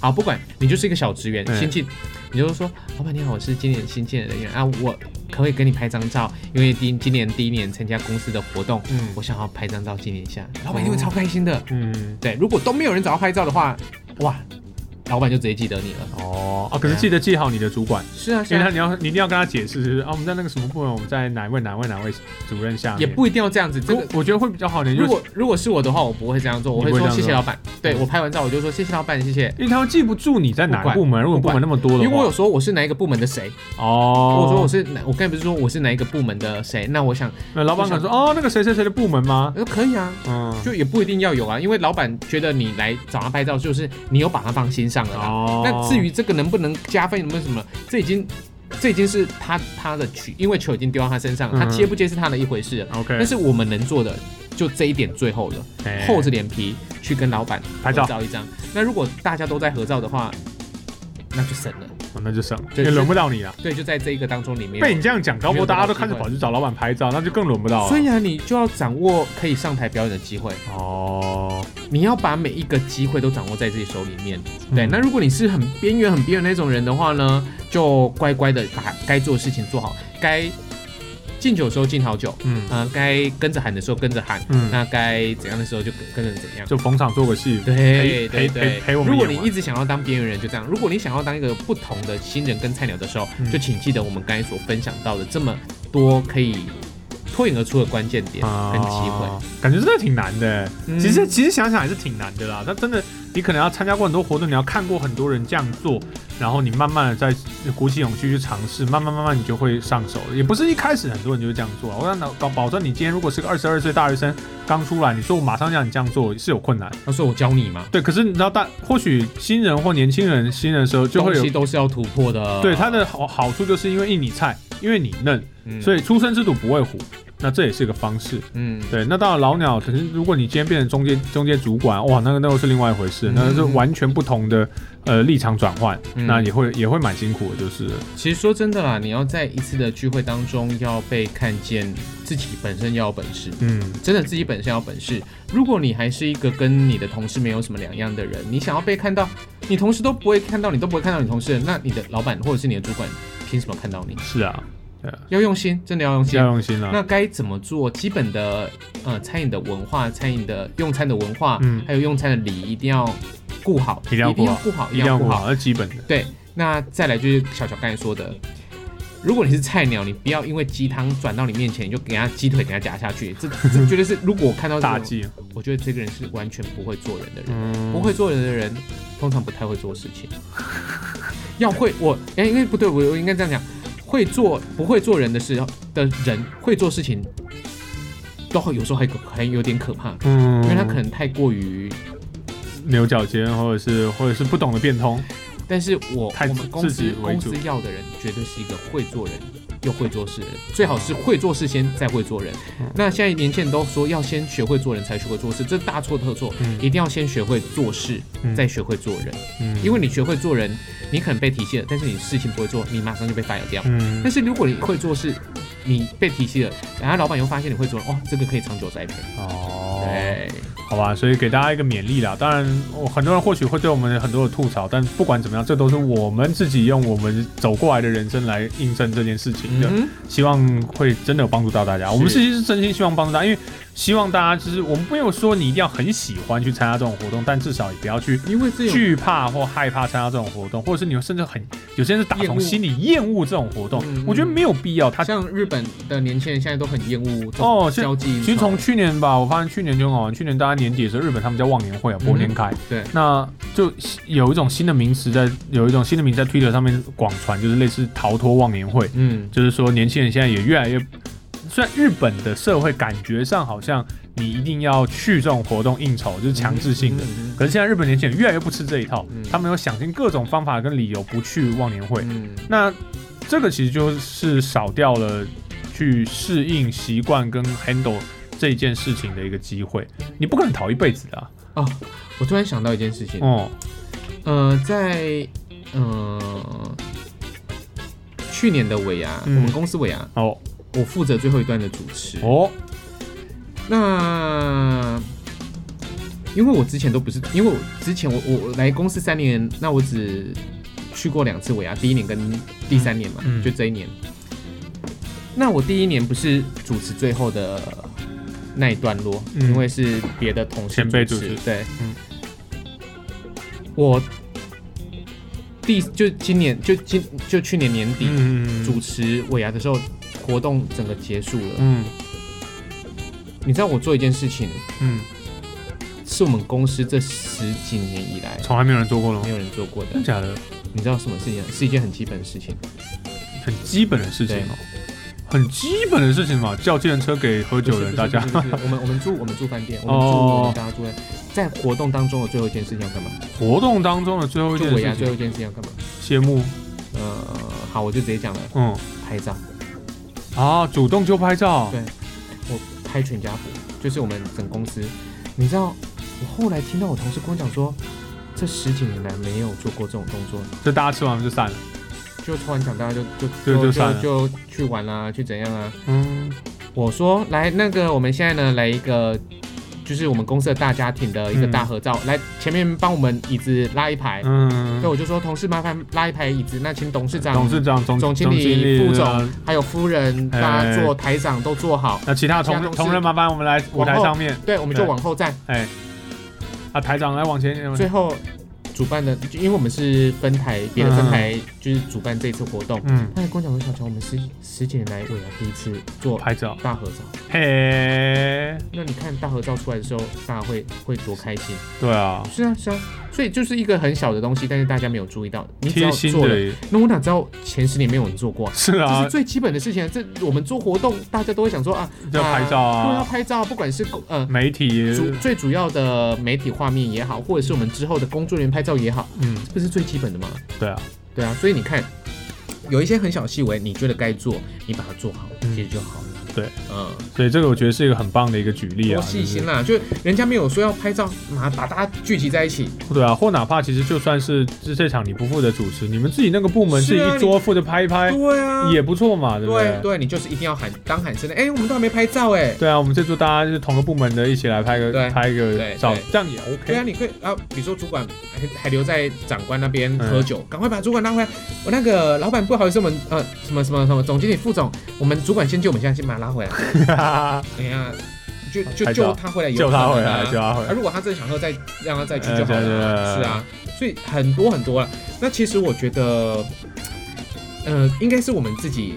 [SPEAKER 2] 好，不管你就是一个小职员，
[SPEAKER 1] 嗯
[SPEAKER 2] 新进，你就说老板你好，我是今年新进的人员啊，我可不可以跟你拍张照？因为第今年第一年参加公司的活动，
[SPEAKER 1] 嗯
[SPEAKER 2] 我想要拍张照纪念一下。老
[SPEAKER 1] 哦
[SPEAKER 2] 板一定会超开心的。
[SPEAKER 1] 嗯，
[SPEAKER 2] 对，如果都没有人找他拍照的话，哇，老板就直接记得你了。
[SPEAKER 1] 哦啊，可是记得记好你的主管，
[SPEAKER 2] 是啊，是
[SPEAKER 1] 因为他
[SPEAKER 2] 啊，
[SPEAKER 1] 你要你一定要跟他解释，就是啊，我们在那个什么部门，我们在哪位哪位哪位主任下面。
[SPEAKER 2] 也不一定要这样子。这
[SPEAKER 1] 如，
[SPEAKER 2] 个
[SPEAKER 1] 我觉得会比较好一点，
[SPEAKER 2] 如
[SPEAKER 1] 就是
[SPEAKER 2] 果如果是我的话，我不会这样做，我
[SPEAKER 1] 你
[SPEAKER 2] 会
[SPEAKER 1] 不会
[SPEAKER 2] 说
[SPEAKER 1] 这样
[SPEAKER 2] 谢谢
[SPEAKER 1] 做
[SPEAKER 2] 老板。对
[SPEAKER 1] 嗯
[SPEAKER 2] 我拍完照我就说谢谢老板，谢谢。
[SPEAKER 1] 因为他会记不住你在哪
[SPEAKER 2] 不
[SPEAKER 1] 个
[SPEAKER 2] 管
[SPEAKER 1] 部门，如果部门那么多的话，
[SPEAKER 2] 因为我有说我是哪一个部门的谁，
[SPEAKER 1] 哦，
[SPEAKER 2] 我说我是哪，我刚才不是说我是哪一个部门的谁？那我想，
[SPEAKER 1] 那老板可能说哦，那个谁谁谁的部门吗？
[SPEAKER 2] 呃，可以啊，
[SPEAKER 1] 嗯，
[SPEAKER 2] 就也不一定要有啊，因为老板觉得你来找他拍照，就是你有把他放心上了啦。
[SPEAKER 1] 哦，
[SPEAKER 2] 那至于这个能不能加分，有没有什么，这已经这已经是他他的球，因为球已经丢到他身上了，他
[SPEAKER 1] 嗯
[SPEAKER 2] 接不接是他的一回事了。
[SPEAKER 1] OK，
[SPEAKER 2] 但是我们能做的就这一点最后了，
[SPEAKER 1] 哎
[SPEAKER 2] 厚着脸皮去跟老板
[SPEAKER 1] 拍照
[SPEAKER 2] 合照一张。那如果大家都在合照的话，那就省了。
[SPEAKER 1] 哦那就省了，
[SPEAKER 2] 对
[SPEAKER 1] 也轮不到你了。
[SPEAKER 2] 对，就在这一个当中里面
[SPEAKER 1] 被你这样讲，搞不好大家都
[SPEAKER 2] 没有
[SPEAKER 1] 开
[SPEAKER 2] 那
[SPEAKER 1] 始跑
[SPEAKER 2] 么机会
[SPEAKER 1] 去找老板拍照，那就更轮不到了。
[SPEAKER 2] 所以啊，你就要掌握可以上台表演的机会，
[SPEAKER 1] 哦，
[SPEAKER 2] 你要把每一个机会都掌握在自己手里面。对，
[SPEAKER 1] 嗯
[SPEAKER 2] 那如果你是很边缘、很边缘那种人的话呢，就乖乖的把该做的事情做好，该敬酒的时候敬好酒，
[SPEAKER 1] 嗯
[SPEAKER 2] 呃，该跟着喊的时候跟着喊，
[SPEAKER 1] 嗯，
[SPEAKER 2] 那该怎样的时候就跟跟着怎样。
[SPEAKER 1] 就逢场做个戏，
[SPEAKER 2] 对
[SPEAKER 1] 陪
[SPEAKER 2] 对
[SPEAKER 1] 陪
[SPEAKER 2] 对
[SPEAKER 1] 陪陪我们啊
[SPEAKER 2] 如果
[SPEAKER 1] 演
[SPEAKER 2] 你
[SPEAKER 1] 完
[SPEAKER 2] 一直想要当边缘人，就这样；如果你想要当一个不同的新人跟菜鸟的时候，
[SPEAKER 1] 嗯
[SPEAKER 2] 就请记得我们刚才所分享到的这么多可以脱颖而出的关键点跟机会。
[SPEAKER 1] 啊感觉真的挺难的。
[SPEAKER 2] 嗯
[SPEAKER 1] 其实其实想想还是挺难的啦。那真的，你可能要参加过很多活动，你要看过很多人这样做，然后你慢慢的在鼓起勇气去尝试，慢慢慢慢你就会上手了。也不是一开始很多人就会这样做啊。我想保保证你今天如果是个二十二岁大学生刚出来，你说我马上让你这样做是有困难。
[SPEAKER 2] 他说我教你嘛，
[SPEAKER 1] 对，可是你知道大或许新人或年轻人新人的时候就会
[SPEAKER 2] 东
[SPEAKER 1] 有
[SPEAKER 2] 西。都是要突破的。
[SPEAKER 1] 对它的好好处就是因为印尼菜，因为你嫩，
[SPEAKER 2] 嗯，
[SPEAKER 1] 所以出生之犊不畏虎，那这也是一个方式。
[SPEAKER 2] 嗯，
[SPEAKER 1] 对，那当然老鸟，可是如果你今天变成中介中介主管，哇，那个那又是另外一回事，
[SPEAKER 2] 嗯
[SPEAKER 1] 那是完全不同的呃立场转换，
[SPEAKER 2] 嗯
[SPEAKER 1] 那也会也会蛮辛苦的，就是
[SPEAKER 2] 其实说真的啦，你要在一次的聚会当中要被看见自己本身要有本事，
[SPEAKER 1] 嗯
[SPEAKER 2] 真的自己本身要有本事。如果你还是一个跟你的同事没有什么两样的人，你想要被看到，你同事都不会看到，你都不会看到你同事的，那你的老板或者是你的主管凭什么看到你？
[SPEAKER 1] 是啊，
[SPEAKER 2] 要用心，真的要用心
[SPEAKER 1] 要。用心啊。
[SPEAKER 2] 那该怎么做？基本的呃餐饮的文化、餐饮的用餐的文化，
[SPEAKER 1] 嗯
[SPEAKER 2] 还有用餐的礼仪一定要顾好，
[SPEAKER 1] 一定要顾好
[SPEAKER 2] 顾好，
[SPEAKER 1] 一定要
[SPEAKER 2] 顾
[SPEAKER 1] 顾
[SPEAKER 2] 好
[SPEAKER 1] 好，。那基本的，
[SPEAKER 2] 对，那再来就是小乔刚才说的，如果你是菜鸟，你不要因为鸡汤转到你面前，你就给他鸡腿给他夹下去，这这绝对是，如果我看到
[SPEAKER 1] 大
[SPEAKER 2] 这种，
[SPEAKER 1] 忌，啊
[SPEAKER 2] 我觉得这个人是完全不会做人的人，
[SPEAKER 1] 嗯，
[SPEAKER 2] 不会做人的人通常不太会做事情。 要会我哎，应该不对，我我应该这样讲，会做不会做人的事的人，会做事情，都会有时候还还有点可怕，
[SPEAKER 1] 嗯，
[SPEAKER 2] 因为他可能太过于。
[SPEAKER 1] 牛角尖，或者是或者是不懂得变通，
[SPEAKER 2] 但是我
[SPEAKER 1] 太
[SPEAKER 2] 我们公
[SPEAKER 1] 自己
[SPEAKER 2] 司
[SPEAKER 1] 为
[SPEAKER 2] 公司
[SPEAKER 1] 主
[SPEAKER 2] 要的人绝对是一个会做人又会做事的人，最好是会做事先再会做人。
[SPEAKER 1] 嗯
[SPEAKER 2] 那现在年轻人都说要先学会做人才学会做事，这大错特错，
[SPEAKER 1] 嗯
[SPEAKER 2] 一定要先学会做事，
[SPEAKER 1] 嗯
[SPEAKER 2] 再学会做人。
[SPEAKER 1] 嗯，
[SPEAKER 2] 因为你学会做人，你可能被提薪了，但是你事情不会做，你马上就被 fire 掉。
[SPEAKER 1] 嗯
[SPEAKER 2] 但是如果你会做事，哦你被提薪了，然后老板又发现你会做人，哇，这个可以长久栽培。
[SPEAKER 1] 哦，
[SPEAKER 2] 对，
[SPEAKER 1] 哦，好吧，所以给大家一个勉励啦。当然，我很多人或许会对我们很多的吐槽，但不管怎么样，这都是我们自己用我们走过来的人生来印证这件事情的。
[SPEAKER 2] 嗯，
[SPEAKER 1] 希望会真的有帮助到大家。我们其实是真心希望帮助大家，因为希望大家就是我们没有说你一定要很喜欢去参加这种活动，但至少也不要去
[SPEAKER 2] 因为这种
[SPEAKER 1] 惧怕或害怕参加这种活动，或者是你甚至很有些人是打
[SPEAKER 2] 厌
[SPEAKER 1] 从
[SPEAKER 2] 恶
[SPEAKER 1] 心里厌恶这种活动
[SPEAKER 2] 嗯嗯，
[SPEAKER 1] 我觉得没有必要。他
[SPEAKER 2] 像日本的年轻人现在都很厌恶这
[SPEAKER 1] 哦
[SPEAKER 2] 种
[SPEAKER 1] 是
[SPEAKER 2] 交际应酬，
[SPEAKER 1] 其实从去年吧，我发现去年就很好玩。去年大家年底的时候，日本他们叫忘年会啊，博年开。
[SPEAKER 2] 嗯对
[SPEAKER 1] 那就有一种新的名词在，有一种新的名词在 Twitter 上面广传，就是类似逃脱忘年会，
[SPEAKER 2] 嗯
[SPEAKER 1] 就是说年轻人现在也越来越。虽然日本的社会感觉上好像你一定要去这种活动应酬，就是强制性的，
[SPEAKER 2] 嗯
[SPEAKER 1] 可是现在日本年轻人越来越不吃这一套
[SPEAKER 2] 嗯，
[SPEAKER 1] 他们有想尽各种方法跟理由不去忘年会。
[SPEAKER 2] 嗯
[SPEAKER 1] 那这个其实就是少掉了去适应、习惯跟 handle 这一件事情的一个机会。你不可能逃一辈子的、啊。
[SPEAKER 2] 哦，我突然想到一件事情，
[SPEAKER 1] 哦，
[SPEAKER 2] 呃，在呃去年的尾牙，
[SPEAKER 1] 嗯
[SPEAKER 2] 我们公司尾牙，
[SPEAKER 1] 哦，
[SPEAKER 2] 我负责最后一段的主持。
[SPEAKER 1] 哦，
[SPEAKER 2] 那因为我之前都不是，因为我之前我我我来公司三年，那我只去过两次尾牙，第一年跟第三年嘛，
[SPEAKER 1] 嗯嗯
[SPEAKER 2] 就这一年。那我第一年不是主持最后的那一段落，
[SPEAKER 1] 嗯
[SPEAKER 2] 因为是别的同事
[SPEAKER 1] 前辈主
[SPEAKER 2] 主
[SPEAKER 1] 持
[SPEAKER 2] 对，
[SPEAKER 1] 嗯
[SPEAKER 2] 我第就今年就今就去年年底、
[SPEAKER 1] 嗯，
[SPEAKER 2] 主持尾牙的时候，活动整个结束了。
[SPEAKER 1] 嗯
[SPEAKER 2] 你知道我做一件事情，
[SPEAKER 1] 嗯，
[SPEAKER 2] 是我们公司这十几年以来
[SPEAKER 1] 从来没有人做过了吗
[SPEAKER 2] 没？有人做过的
[SPEAKER 1] 真。假的，
[SPEAKER 2] 你知道什么事情啊？是一件很基本的事情。
[SPEAKER 1] 很基本的事情哦，很基本的事情嘛，叫计程车给喝酒的人，
[SPEAKER 2] 不
[SPEAKER 1] 大
[SPEAKER 2] 是
[SPEAKER 1] 家
[SPEAKER 2] 不是不是不是我们我们住我们住 饭店，我们住
[SPEAKER 1] 哦
[SPEAKER 2] 我们大家住在在活动当中的最后一件事情要干嘛？
[SPEAKER 1] 活动当中的最后一
[SPEAKER 2] 就尾牙
[SPEAKER 1] 件事
[SPEAKER 2] 最后
[SPEAKER 1] 情，
[SPEAKER 2] 一件事情要干嘛？
[SPEAKER 1] 谢幕，
[SPEAKER 2] 呃，好，我就直接讲了，
[SPEAKER 1] 嗯，
[SPEAKER 2] 拍照。
[SPEAKER 1] 啊，主动就拍照，
[SPEAKER 2] 对我拍全家福，就是我们整公司。你知道，我后来听到我同事跟我讲说，这十几年来没有做过这种动作，
[SPEAKER 1] 就大家吃完就散了，
[SPEAKER 2] 就突然讲大家就就
[SPEAKER 1] 就就
[SPEAKER 2] 就
[SPEAKER 1] 散
[SPEAKER 2] 就
[SPEAKER 1] 了
[SPEAKER 2] 就去玩啦、去怎样啊？
[SPEAKER 1] 嗯，
[SPEAKER 2] 我说来那个，我们现在呢来一个，就是我们公司的大家庭的一个
[SPEAKER 1] 嗯
[SPEAKER 2] 大合照，来前面帮我们椅子拉一排。
[SPEAKER 1] 嗯
[SPEAKER 2] 对，，我就说同事麻烦拉一排椅子，那请董事长、
[SPEAKER 1] 董事长、总
[SPEAKER 2] 总经理副总
[SPEAKER 1] 呃
[SPEAKER 2] 还有夫人，
[SPEAKER 1] 哎
[SPEAKER 2] 大家坐台长都坐好。
[SPEAKER 1] 那其他
[SPEAKER 2] 其他
[SPEAKER 1] 同
[SPEAKER 2] 同事
[SPEAKER 1] 同仁麻烦我们来舞台
[SPEAKER 2] 往后
[SPEAKER 1] 上面，
[SPEAKER 2] 对，我们就
[SPEAKER 1] 对
[SPEAKER 2] 往后站。
[SPEAKER 1] 哎，啊台长来往前，
[SPEAKER 2] 最后主办的，就因为我们是分台，别的分台就是主办这次活动。
[SPEAKER 1] 嗯，
[SPEAKER 2] 他也跟我讲说，小乔，我们十十几年来未来第一次做
[SPEAKER 1] 拍照，
[SPEAKER 2] 大合照。
[SPEAKER 1] 嘿，
[SPEAKER 2] 那你看大合照出来的时候，大家会会多开心？
[SPEAKER 1] 对啊，
[SPEAKER 2] 是啊，是啊，所以就是一个很小的东西，但是大家没有注意到，你只
[SPEAKER 1] 贴
[SPEAKER 2] 要
[SPEAKER 1] 心
[SPEAKER 2] 做了，
[SPEAKER 1] 的
[SPEAKER 2] 那我哪知道前十年没有人做过、啊？
[SPEAKER 1] 是
[SPEAKER 2] 这
[SPEAKER 1] 啊
[SPEAKER 2] 是，最基本的事情啊！这我们做活动，大家都会想说啊，
[SPEAKER 1] 要
[SPEAKER 2] 啊
[SPEAKER 1] 拍照
[SPEAKER 2] 对，要
[SPEAKER 1] 啊，嗯
[SPEAKER 2] 拍照，不管是公呃
[SPEAKER 1] 媒体，
[SPEAKER 2] 主最主要的媒体画面也好，或者是我们之后的工作人员拍照也好，
[SPEAKER 1] 嗯，
[SPEAKER 2] 这是最基本的嘛？
[SPEAKER 1] 对啊，
[SPEAKER 2] 对啊，所以你看，有一些很小细微，你觉得该做，你把它做好，
[SPEAKER 1] 嗯
[SPEAKER 2] 其实就好了。
[SPEAKER 1] 对，
[SPEAKER 2] 嗯，
[SPEAKER 1] 所以这个我觉得是一个很棒的一个举例啊，
[SPEAKER 2] 多细
[SPEAKER 1] 就是
[SPEAKER 2] 心啦，就人家没有说要拍照，马把大家聚集在一起，
[SPEAKER 1] 对啊，或哪怕其实就算是这这场你不负责主持，你们自己那个部门自
[SPEAKER 2] 是
[SPEAKER 1] 己
[SPEAKER 2] 啊
[SPEAKER 1] 一桌负责拍一拍
[SPEAKER 2] 对啊，
[SPEAKER 1] 也不错嘛，对不
[SPEAKER 2] 对
[SPEAKER 1] 对？
[SPEAKER 2] 对，你就是一定要喊当喊声的，哎、我们都还没拍照哎。
[SPEAKER 1] 对啊，我们这桌大家就是同个部门的，一起来拍个
[SPEAKER 2] 对
[SPEAKER 1] 拍一
[SPEAKER 2] 对
[SPEAKER 1] 个
[SPEAKER 2] 对
[SPEAKER 1] 照，这样也
[SPEAKER 2] 对啊，
[SPEAKER 1] OK。
[SPEAKER 2] 你可以啊，比如说主管还还留在长官那边
[SPEAKER 1] 嗯
[SPEAKER 2] 喝酒，赶、快把主管拉回来。我那个老板不好意思，我们呃什么什么什么总经理、副总，我们主管先救，我们现在先把他拉 回来。哎呀，就就
[SPEAKER 1] 拍照
[SPEAKER 2] 救他回 来有
[SPEAKER 1] 救
[SPEAKER 2] 可能
[SPEAKER 1] 他
[SPEAKER 2] 啊，
[SPEAKER 1] 回来，救他回
[SPEAKER 2] 啊，
[SPEAKER 1] 来。
[SPEAKER 2] 如果他真的想喝，再让他再去
[SPEAKER 1] 哎
[SPEAKER 2] 就好
[SPEAKER 1] 对对对
[SPEAKER 2] 了啊。是啊，所以很多很多啊。那其实我觉得，呃，应该是我们自己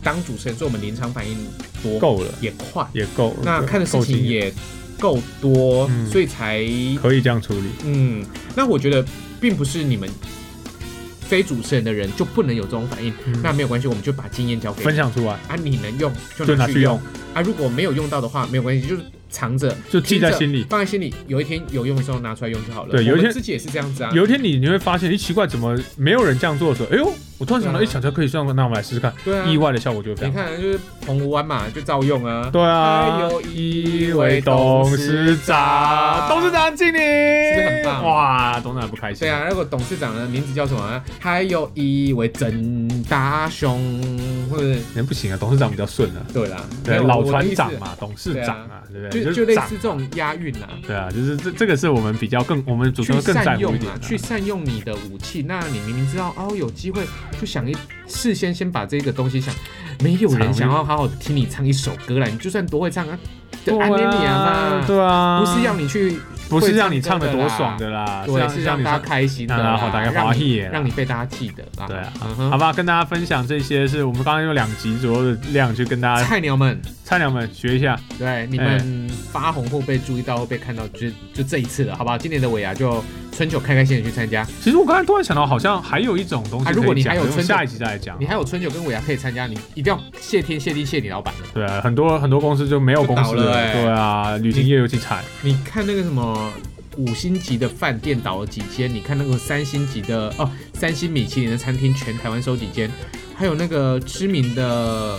[SPEAKER 2] 当主持人，所以我们临场反应多，
[SPEAKER 1] 够了，
[SPEAKER 2] 也快，
[SPEAKER 1] 也够了。
[SPEAKER 2] 那看的事
[SPEAKER 1] 够
[SPEAKER 2] 情
[SPEAKER 1] 经验
[SPEAKER 2] 也够多，
[SPEAKER 1] 嗯
[SPEAKER 2] 所以才
[SPEAKER 1] 可以这样处理。
[SPEAKER 2] 嗯。那我觉得并不是你们非主持人的人就不能有这种反应，
[SPEAKER 1] 嗯
[SPEAKER 2] 那没有关系，我们就把经验交给你
[SPEAKER 1] 分享出来
[SPEAKER 2] 啊，你能用
[SPEAKER 1] 就
[SPEAKER 2] 就
[SPEAKER 1] 拿
[SPEAKER 2] 拿
[SPEAKER 1] 去
[SPEAKER 2] 去
[SPEAKER 1] 用
[SPEAKER 2] 用，啊，如果没有用到的话，没有关系，就是藏着。
[SPEAKER 1] 就记在心里。
[SPEAKER 2] 放在心里，有一天有用的时候拿出来用就好了。
[SPEAKER 1] 对有一天
[SPEAKER 2] 我们自己也是这样子啊。
[SPEAKER 1] 有一天你你会发现，咦，奇怪，怎么没有人这样做的时候，哎呦，我突然想到，哎，
[SPEAKER 2] 对啊
[SPEAKER 1] 小乔可以这样，那我们来试试看，
[SPEAKER 2] 对啊，
[SPEAKER 1] 意。外的效果就会非
[SPEAKER 2] 你
[SPEAKER 1] 常好。
[SPEAKER 2] 看，就是澎湖湾嘛，就照用啊。
[SPEAKER 1] 对啊
[SPEAKER 2] 哎，呦
[SPEAKER 1] 一
[SPEAKER 2] 位董事长
[SPEAKER 1] 董事长敬你，是
[SPEAKER 2] 不是很棒
[SPEAKER 1] 哇，董事长不开心。
[SPEAKER 2] 对啊，那个董事长的名字叫什么啊？还有一位郑大雄，或者
[SPEAKER 1] 人不行啊，董事长比较顺啊。
[SPEAKER 2] 对啦，
[SPEAKER 1] 对，
[SPEAKER 2] 没有
[SPEAKER 1] 老
[SPEAKER 2] 我的
[SPEAKER 1] 船
[SPEAKER 2] 意思
[SPEAKER 1] 长嘛，董事长啊，对不
[SPEAKER 2] 就
[SPEAKER 1] 对？就
[SPEAKER 2] 就是就类
[SPEAKER 1] 涨
[SPEAKER 2] 似这种押韵啊，
[SPEAKER 1] 对啊，就是这这个是我们比较更我们主持
[SPEAKER 2] 去
[SPEAKER 1] 人更在
[SPEAKER 2] 善
[SPEAKER 1] 乎
[SPEAKER 2] 用
[SPEAKER 1] 一点
[SPEAKER 2] 啊
[SPEAKER 1] 的，
[SPEAKER 2] 去善用你的武器。那你明明知道哦，有机会就想一事先先把这个东西想，没有
[SPEAKER 1] 尝
[SPEAKER 2] 人
[SPEAKER 1] 一
[SPEAKER 2] 想要好好的听你唱一首歌啦，你就算多会唱啊，就安慰你
[SPEAKER 1] 对
[SPEAKER 2] 啊
[SPEAKER 1] 啊，
[SPEAKER 2] 嘛，
[SPEAKER 1] 对啊，
[SPEAKER 2] 不是要你去，
[SPEAKER 1] 不是让你
[SPEAKER 2] 会
[SPEAKER 1] 唱
[SPEAKER 2] 唱
[SPEAKER 1] 的
[SPEAKER 2] 歌的
[SPEAKER 1] 多
[SPEAKER 2] 啦
[SPEAKER 1] 爽的啦，
[SPEAKER 2] 对，
[SPEAKER 1] 让
[SPEAKER 2] 是
[SPEAKER 1] 让
[SPEAKER 2] 让
[SPEAKER 1] 你
[SPEAKER 2] 大家
[SPEAKER 1] 唱
[SPEAKER 2] 开心的
[SPEAKER 1] 让大
[SPEAKER 2] 啦
[SPEAKER 1] 啊家好，大家
[SPEAKER 2] 让
[SPEAKER 1] 欢
[SPEAKER 2] 你
[SPEAKER 1] 喜啦
[SPEAKER 2] 让你被大家记得啦。
[SPEAKER 1] 对啊
[SPEAKER 2] 嗯哼
[SPEAKER 1] 好吧，跟大家分享这些是我们刚刚有两集左右的量，去跟大家
[SPEAKER 2] 菜鸟们，
[SPEAKER 1] 菜鸟们学一下。
[SPEAKER 2] 对你们发红或被注意到或被看到，就就这一次了，好不好？今年的尾牙就春酒开开心心地去参加。
[SPEAKER 1] 其实我刚才突然想到，好像还有一种东西可以
[SPEAKER 2] 啊
[SPEAKER 1] 讲，
[SPEAKER 2] 如果你还有
[SPEAKER 1] 我们
[SPEAKER 2] 春
[SPEAKER 1] 下一集再来讲
[SPEAKER 2] 你。还有春酒跟尾牙可以参加，你一定要谢天谢地谢你老板了。
[SPEAKER 1] 对啊，很多很多公司就没有公司
[SPEAKER 2] 就倒了欸
[SPEAKER 1] 对啊，旅行业尤其惨。
[SPEAKER 2] 你看那个什么五星级的饭店倒了几间，你看那个三星级的哦，三星米其林的餐厅全台湾收几间，还有那个知名的。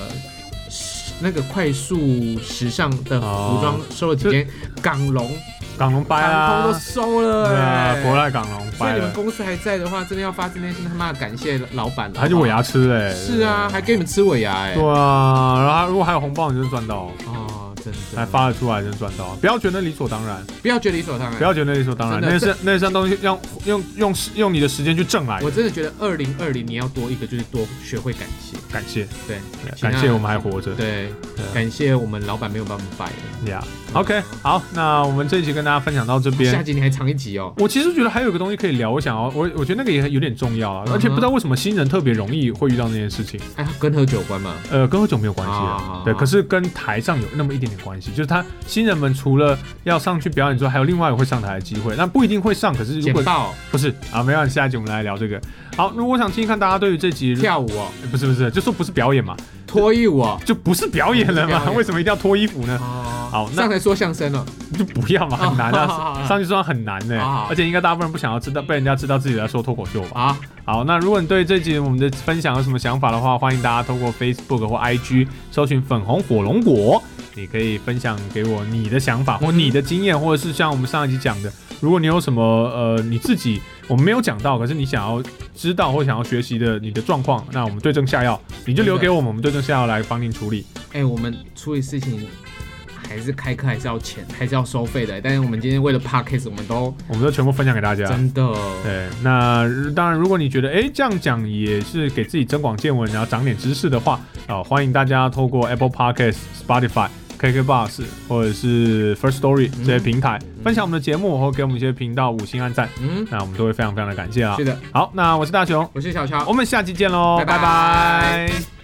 [SPEAKER 2] 那个快速时尚的服装收了几间，港龙、
[SPEAKER 1] 港龙掰
[SPEAKER 2] 航空都
[SPEAKER 1] 啦，
[SPEAKER 2] 收了、
[SPEAKER 1] 对
[SPEAKER 2] 欸，
[SPEAKER 1] 啊，国泰港龙
[SPEAKER 2] 所以
[SPEAKER 1] 掰
[SPEAKER 2] 你们
[SPEAKER 1] 了，
[SPEAKER 2] 公司还在的话，真的要发自内心他妈的感谢老板了。
[SPEAKER 1] 还就
[SPEAKER 2] 好
[SPEAKER 1] 尾
[SPEAKER 2] 不好
[SPEAKER 1] 牙吃嘞。
[SPEAKER 2] 是啊，还给你们吃尾牙哎、
[SPEAKER 1] 对啊，然后还如果还有红包，你就赚到，
[SPEAKER 2] 哦，真的。
[SPEAKER 1] 还发得出来就赚到，不要觉得理所当然，
[SPEAKER 2] 不要觉得理所当然。
[SPEAKER 1] 不要觉得理所当然，
[SPEAKER 2] 真的
[SPEAKER 1] 那是那是东西让用用用你的时间去挣来的
[SPEAKER 2] 我。真的觉得二零二零年要多一个，就是多学会感谢。
[SPEAKER 1] 感谢，
[SPEAKER 2] 对，
[SPEAKER 1] 感谢我们还活着。
[SPEAKER 2] 对
[SPEAKER 1] 对啊，
[SPEAKER 2] 感谢我们老板没有办法摆了。
[SPEAKER 1] 呀、yeah.，OK，好，那我们这一集跟大家分享到这
[SPEAKER 2] 下
[SPEAKER 1] 边。
[SPEAKER 2] 集你还长一集哦。
[SPEAKER 1] 我其实觉得还有一个东西可以聊，我想要我我觉得那个也有点重要啊，
[SPEAKER 2] 嗯
[SPEAKER 1] 而且不知道为什么新人特别容易会遇到那件事情。
[SPEAKER 2] 哎，跟喝酒有关嘛？
[SPEAKER 1] 呃，跟喝酒没有关系啊
[SPEAKER 2] 啊，
[SPEAKER 1] 对，可是跟台上有那么一点点关系，就是他新人们除了要上去表演之外，还有另外一个会上台的机会，那不一定会上，可是如
[SPEAKER 2] 简
[SPEAKER 1] 果
[SPEAKER 2] 报、
[SPEAKER 1] 不是啊，没关系，下一集我们来聊这个。好，那我想听听看大家对于这集
[SPEAKER 2] 跳舞哦、
[SPEAKER 1] 呃不是不是，就说不是表演嘛，
[SPEAKER 2] 脱衣舞哦、
[SPEAKER 1] 就不是表演了
[SPEAKER 2] 不是
[SPEAKER 1] 嘛，
[SPEAKER 2] 表演
[SPEAKER 1] 为什么一定要脱衣服 呢？
[SPEAKER 2] 哦，
[SPEAKER 1] 好那
[SPEAKER 2] 上台说相声哦、
[SPEAKER 1] 就不要嘛，
[SPEAKER 2] 哦
[SPEAKER 1] 很难
[SPEAKER 2] 好好好
[SPEAKER 1] 啊，
[SPEAKER 2] 好
[SPEAKER 1] 上去说很难呢、
[SPEAKER 2] 好好好
[SPEAKER 1] 而且应该大部分人不想要知道被人家知道自己在说脱口秀吧。
[SPEAKER 2] 啊，
[SPEAKER 1] 好，那如果你对这集我们的分享有什么想法的话，欢迎大家透过 Facebook 或 IG 搜寻“粉红火龙果”，你可以分享给我你的想法或你的经验，或者是像我们上一集讲的，如果你有什么呃你自己我们没有讲到，可是你想要知道或想要学习的你的状况，那我们对症下药，你就留给我们，我们对症下药来帮您处理。
[SPEAKER 2] 哎、我们处理事情还是开课还是要钱，还是要收费的。但是我们今天为了 podcast，我们都
[SPEAKER 1] 我们都全部分享给大家。
[SPEAKER 2] 真的
[SPEAKER 1] 啊对，那当然，如果你觉得哎这样讲也是给自己增广见闻，然后长点知识的话，啊、欢迎大家透过 Apple Podcast、Spotify、KKBox 或者是 First Story 这些平台、分享我们的节目，或给我们一些频道五星按赞，
[SPEAKER 2] 嗯，
[SPEAKER 1] 那我们都会非常非常的感谢啊
[SPEAKER 2] 是。的，
[SPEAKER 1] 好，那我是大雄，
[SPEAKER 2] 我是小乔
[SPEAKER 1] 我，们下期见喽，
[SPEAKER 2] 拜拜
[SPEAKER 1] 拜拜